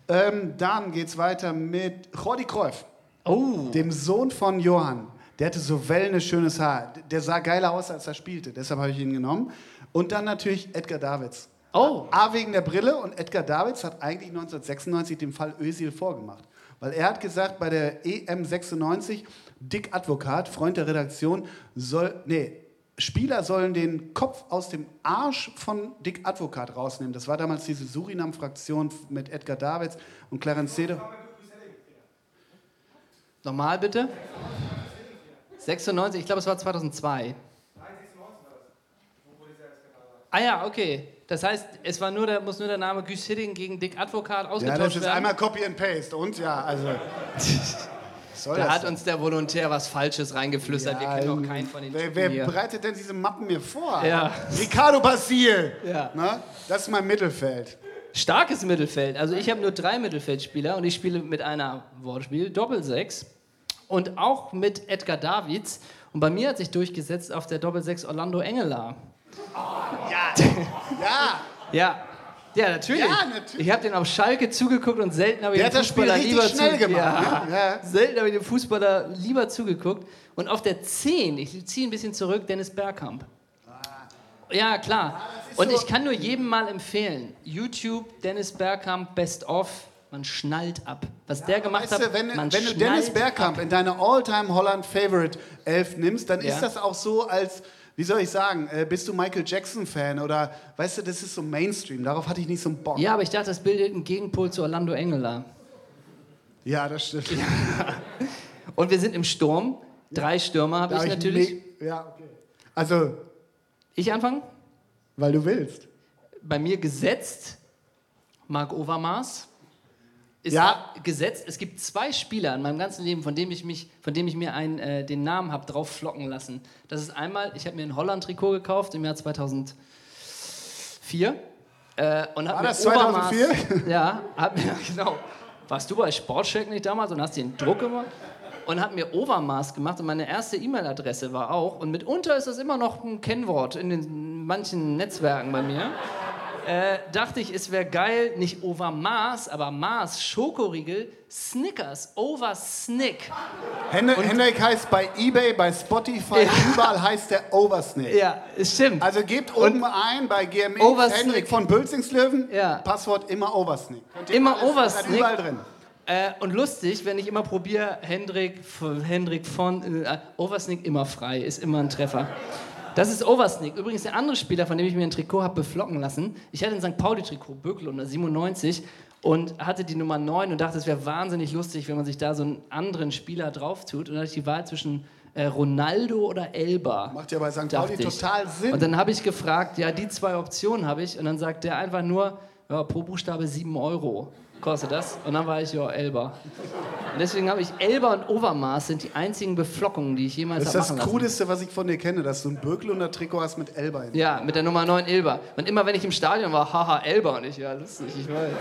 Ähm, dann geht's weiter mit Jordi Cruyff
Oh,
dem Sohn von Johann. Der hatte so wellendes, schönes Haar. Der sah geiler aus, als er spielte. Deshalb habe ich ihn genommen. Und dann natürlich Edgar Davids.
oh.
A wegen der Brille und Edgar Davids hat eigentlich 1996 den Fall Özil vorgemacht. Weil er hat gesagt, bei der EM96, Dick Advokat, Freund der Redaktion, soll, nee, Spieler sollen den Kopf aus dem Arsch von Dick Advokat rausnehmen. Das war damals diese Surinam-Fraktion mit Edgar Davids und Clarence Seedorf.
Nochmal bitte. 96, ich glaube, es war 2002. Ah ja, okay. Das heißt, es war nur der, muss nur der Name Güs Hidding gegen Dick Advokat
Ja,
ausgetauscht
das ist
werden.
einmal Copy and Paste und ja, also. Was
*laughs*
Soll
da
das
hat
denn?
uns der Volontär was Falsches reingeflüstert. Wir kennen doch keinen von den
wer,
Typen
wer
hier.
bereitet denn diese Mappen mir vor?
Ja.
Ricardo Basil.
Ja.
Na, das ist mein Mittelfeld.
Starkes Mittelfeld. Also ich habe nur drei Mittelfeldspieler und ich spiele mit einer Wortspiel Doppelsechs und auch mit Edgar Davids. Und bei mir hat sich durchgesetzt auf der Doppelsechs Orlando Engelar. *laughs*
Ja,
Ja. Ja, natürlich.
Ja, natürlich.
Ich habe den auf Schalke zugeguckt und selten habe ich
der
den
hat das Spiel
Fußballer
richtig
lieber
schnell
zuge-
gemacht. ne? Ja.
Ja. Selten habe ich dem Fußballer lieber zugeguckt. Und auf der 10, ich ziehe ein bisschen zurück, Dennis Bergkamp. Ja, klar. Und ich kann nur jedem mal empfehlen, YouTube, Dennis Bergkamp, Best Of, man schnallt ab. Was der gemacht
Weißt
hat,
du, wenn,
man
wenn du
schnallt
Dennis Bergkamp in deine All-Time-Holland-Favorite-Elf nimmst, dann
Ja.
ist das auch so als, wie soll ich sagen, äh, bist du Michael Jackson-Fan oder, weißt du, das ist so Mainstream, darauf hatte ich nicht so einen Bock.
Ja, aber ich dachte, das bildet einen Gegenpol zu Orlando Engeler.
Ja, das stimmt.
Und wir sind im Sturm. Drei Stürmer habe
Da
ich
hab
natürlich.
me- Ja, okay. Also,
Ich anfangen?
weil du willst.
bei mir gesetzt, Marc Overmars. Ist
Ja.
gesetzt. Es gibt zwei Spieler in meinem ganzen Leben, von dem ich, mich, von dem ich mir einen, äh, den Namen habe drauf flocken lassen. Das ist einmal, ich habe mir ein Holland-Trikot gekauft im Jahr 2004. Äh, und hab
War
mir
das
Overmars-
2004?
*laughs* Ja, hab mir, genau. Warst du bei Sportcheck nicht damals und hast den Druck gemacht? Und hab mir Overmaß gemacht und meine erste E-Mail-Adresse war auch. Und mitunter ist das immer noch ein Kennwort in den manchen Netzwerken bei mir Äh, dachte ich, es wäre geil, nicht over Mars, aber Mars, Schokoriegel, Snickers, over Snick.
Hen Henrik heißt bei Ebay, bei Spotify, überall heißt der Oversnake.
Ja, es stimmt.
Also gebt oben ein bei GMX
Oversnake.
Henrik von Bülzingslöwen,
Ja.
Passwort immer Oversnake. Könnt ihr
immer over
alles- seid überall
Snick.
drin.
Äh, und lustig, wenn ich immer probiere, Hendrik von, Hendrik von äh, Oversnick immer frei, ist immer ein Treffer. Das ist Oversnick. Übrigens der andere Spieler, von dem ich mir ein Trikot habe beflocken lassen. Ich hatte ein St. Pauli-Trikot, Bökel unter 97. und hatte die Nummer 9 und dachte, es wäre wahnsinnig lustig, wenn man sich da so einen anderen Spieler drauf tut. Und dann hatte ich die Wahl zwischen äh, Ronaldo oder Elba.
Macht ja bei St.
dachte
Pauli
ich.
total Sinn.
Und dann habe ich gefragt, ja, die zwei Optionen habe ich. Und dann sagt der einfach nur, ja, pro Buchstabe 7 Euro kostet das. Und dann war ich, ja, Elba. Und deswegen habe ich Elba und Overmaß sind die einzigen Beflockungen, die ich jemals
das ist
habe
das
machen lassen.
Krudeste, was ich von dir kenne, dass du ein Birkelunder Trikot hast mit Elba in.
Ja, mit der Nummer 9 Elba. Und immer wenn ich im Stadion war, haha, Elba. Und ich, ja, lustig, ich weiß.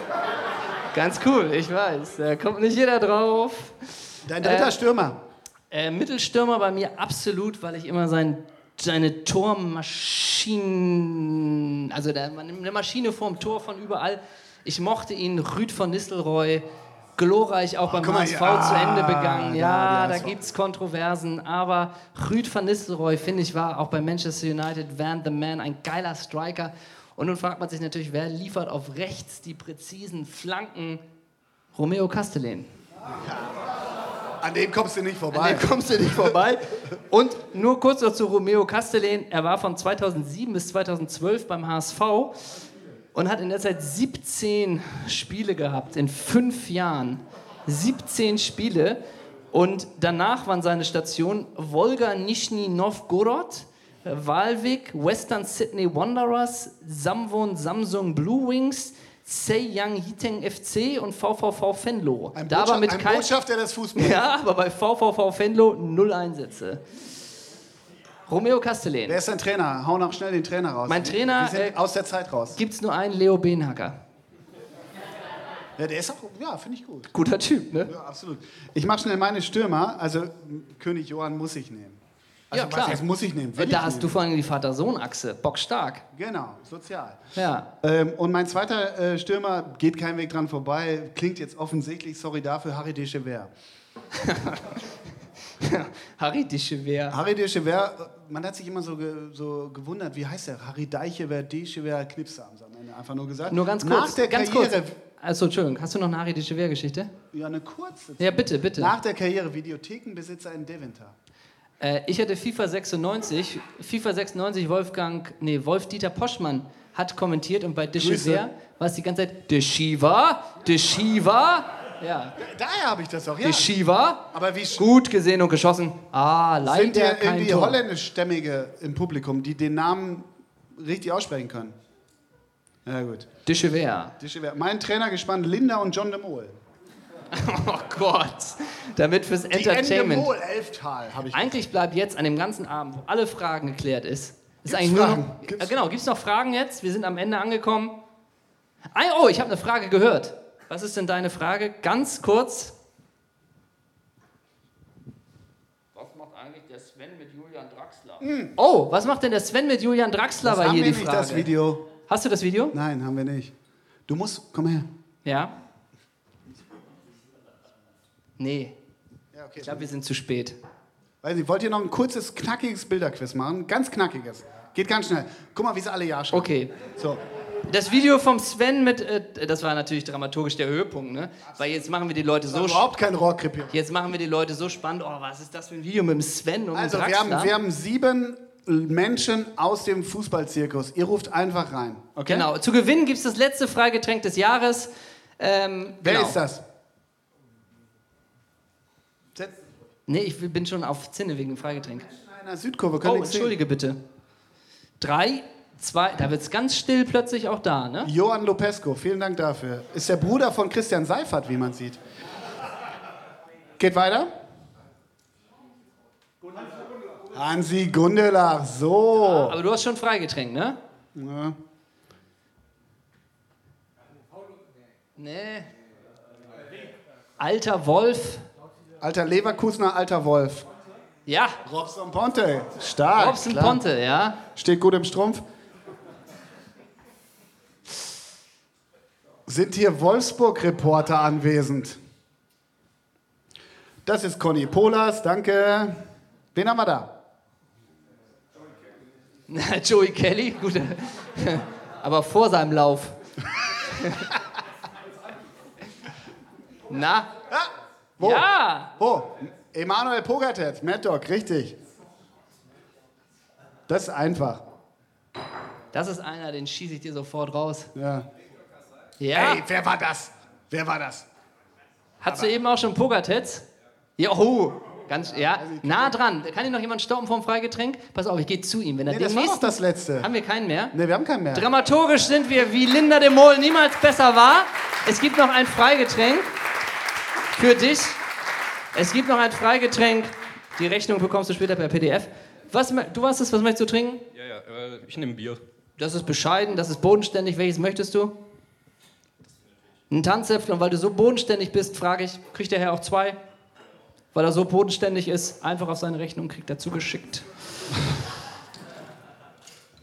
Ganz cool, ich weiß. Da kommt nicht jeder drauf.
Dein dritter
Äh,
Stürmer.
Äh, Mittelstürmer bei mir absolut, weil ich immer sein, seine Tormaschinen, also der, eine Maschine vorm Tor von überall. Ich mochte ihn, Rüd von Nistelrooy, glorreich auch beim
Ah, guck mal,
HSV
ja,
zu Ende begangen.
ja,
Ja,
die
da
HSV.
gibt es Kontroversen, aber Rüd van Nistelrooy, finde ich, war auch bei Manchester United Van the Man ein geiler Striker. Und nun fragt man sich natürlich, wer liefert auf rechts die präzisen Flanken? Romeo Castellin.
An dem kommst du nicht
An
vorbei.
dem kommst du nicht vorbei. Und nur kurz noch zu Romeo Castellin. Er war von 2007 bis 2012 beim HSV und hat in der Zeit 17 Spiele gehabt, in fünf Jahren. 17 Spiele. Und danach waren seine Stationen Wolga Nischni Novgorod, Walvik, Western Sydney Wanderers, Samwon Samsung Blue Wings, Seiyang Yiteng FC und VVV Venlo.
Ein,
Da aber
Botscha-
mit
ein
kein-
Botschafter des
*laughs*
Fußballs.
ja, aber bei VVV Venlo null Einsätze. Romeo Castellin.
Wer ist dein Trainer? Hau noch schnell den Trainer raus.
Mein Trainer,
Wir sind
äh,
aus der Zeit raus.
Gibt's nur einen Leo Behnhacker.
Ja, der ist auch, ja, finde ich gut.
Guter Typ, ne?
Ja, absolut. Ich mache schnell meine Stürmer. Also m, König Johann muss ich nehmen. Also,
Ja, klar.
Was heißt, muss ich nehmen. Will
da
ich
hast du
nehmen.
vor allem die Vater-Sohn-Achse. Bockstark.
Genau, sozial.
Ja.
Ähm, und mein zweiter äh, Stürmer geht kein Weg dran vorbei. Klingt jetzt offensichtlich, sorry dafür, Harry de Chever.
Harry Dischewer.
Harry de Chever, äh, man hat sich immer so, ge, so gewundert, wie heißt er? Harry Deichewer, de Chever, Knipser haben sie am Ende einfach nur gesagt.
Nur ganz kurz.
Nach der
ganz
Karriere,
kurz. Achso, Entschuldigung. Hast du noch eine Harry Dischewer-Geschichte?
ja, eine kurze
Ja, bitte, bitte.
Nach der Karriere Videothekenbesitzer in Deventer.
Äh, ich hatte FIFA 96. FIFA 96 Wolfgang, nee, Wolf-Dieter Poschmann hat kommentiert und bei Dischewer war es die ganze Zeit Deschiva, Deschiva. Ja,
Daher habe ich das auch, ja.
Deschiva.
Aber wie sch-
Gut gesehen und geschossen. Ah,
sind
leider
ja
kein
irgendwie
Tor.
holländischstämmige im Publikum, die den Namen richtig aussprechen können? Ja, gut.
De
*laughs*
Chevert.
Die Schwer- Mein Trainer gespannt, Linda und John de Mol.
Oh Gott. Damit fürs
Die Ende
Entertainment.
Mol, Elftal, habe ich.
Eigentlich bleibt jetzt an dem ganzen Abend, wo alle Fragen geklärt ist, ist
Gibt's
eigentlich nur
Fragen?
noch,
Gibt's-
äh, genau, gibt's noch Fragen jetzt? Wir sind am Ende angekommen. Ah, oh, ich habe eine Frage gehört. Was ist denn deine Frage? Ganz kurz. Was macht eigentlich der Sven mit Julian Draxler? Oh, was macht denn der Sven mit Julian Draxler?
das
war
haben
hier
wir
die
nicht,
Frage.
das Video.
Hast du das Video?
Nein, haben wir nicht. Du musst, komm her.
Ja. Nee,
Ja, okay.
ich glaube, wir sind zu spät.
Weiß nicht, wollt ihr noch ein kurzes, knackiges Bilderquiz machen? Ganz knackiges. Geht ganz schnell. Guck mal, wie sie alle Ja schreiben.
Okay.
So.
Das Video vom Sven mit, äh, das war natürlich dramaturgisch der Höhepunkt, ne? Weil jetzt machen wir die Leute so, sp-
Also Überhaupt kein Rohrkripp hier.
jetzt machen wir die Leute so spannend. Oh, was ist das für ein Video mit dem Sven und
Also,
dem
wir haben,
Draxler?
wir haben sieben Menschen aus dem Fußballzirkus. Ihr ruft einfach rein. Okay?
Genau. Zu gewinnen gibt es das letzte Freigetränk des Jahres. Ähm,
Wer
genau.
ist das? Setz
Nee, ich bin schon auf Zinne wegen dem Freigetränk.
in der Südkurve. Können
Oh,
nichts sehen.
entschuldige bitte. Drei, zwei, da wird es ganz still plötzlich auch da, ne?
Johann Lopesco, vielen Dank dafür. Ist der Bruder von Christian Seifert, wie man sieht. Geht weiter. Hansi Gundelach, so.
Aber du hast schon Freigetränk, ne?
Ja.
Nee. Alter Wolf.
Alter Leverkusener, alter Wolf.
Ja,
Robson Ponte, stark.
Robson
Ah, klar.
Ponte, ja.
Steht gut im Strumpf. Sind hier Wolfsburg-Reporter anwesend? Das ist Conny Polas, danke. Wen haben wir da?
Na, Joey Kelly, gut. Aber vor seinem Lauf. Na?
Wo?
Ja!
Wo? Emanuel Pogatetz, Mad Dog, richtig. Das ist einfach.
Das ist einer, den schieße ich dir sofort raus.
Ja.
Ja,
wer war das? Wer war das?
Hattest du eben auch schon Pokertets? Ja, oh, ganz, ja, nah dran. Kann hier noch jemand stoppen vom Freigetränk? Pass auf, ich gehe zu ihm. Wenn er
Nee,
den
das war doch
nächsten...
das letzte.
Haben wir keinen mehr?
Ne, wir haben keinen mehr.
Dramaturgisch sind wir, wie Linda de Mol niemals besser war. Es gibt noch ein Freigetränk für dich. Es gibt noch ein Freigetränk. Die Rechnung bekommst du später per PDF. Was, mö- du warst es, was möchtest du trinken?
Ja, ja, äh, ich nehme Bier.
Das ist bescheiden, das ist bodenständig. Welches möchtest du? Ein Tanzäpfel. Und weil du so bodenständig bist, frage ich, kriegt der Herr auch zwei? Weil er so bodenständig ist, einfach auf seine Rechnung kriegt er zugeschickt.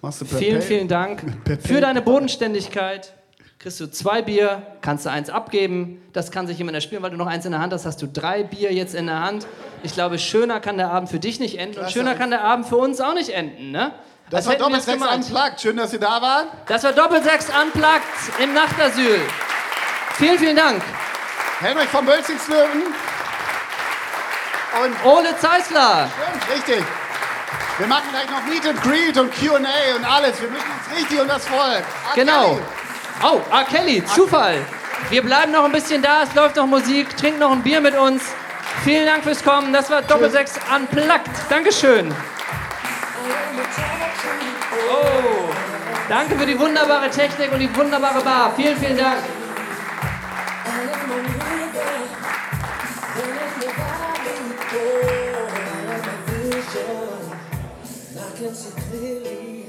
Machst du per
Vielen,
Pay?
vielen Dank
*laughs*
für deine Bodenständigkeit. Kriegst du zwei Bier, kannst du eins abgeben. Das kann sich jemand erspielen, weil du noch eins in der Hand hast. Hast du drei Bier jetzt in der Hand. Ich glaube, schöner kann der Abend für dich nicht enden und
Klasse.
schöner kann der Abend für uns auch nicht enden, ne? Als
Das war
hätten wir
doppelt
es
sechs
gemeint.
Unplugged. Schön, dass ihr da wart.
Das war Doppelsechs Unplugged im Nachtasyl. Vielen, vielen Dank.
Henrich von Bölzingslöwen. Und
Ole Zeisler.
stimmt, richtig. Wir machen gleich noch Meet and Greet und Q&A und alles. Wir müssen uns richtig und das Volk. Ah,
Genau.
Kelly.
Oh, ah, Kelly, Zufall. Wir bleiben noch ein bisschen da, es läuft noch Musik, trink noch ein Bier mit uns. Vielen Dank fürs Kommen. Das war Doppelsechs Unplugged. Dankeschön. Oh, danke für die wunderbare Technik und die wunderbare Bar. Vielen, vielen Dank.
I can see clearly.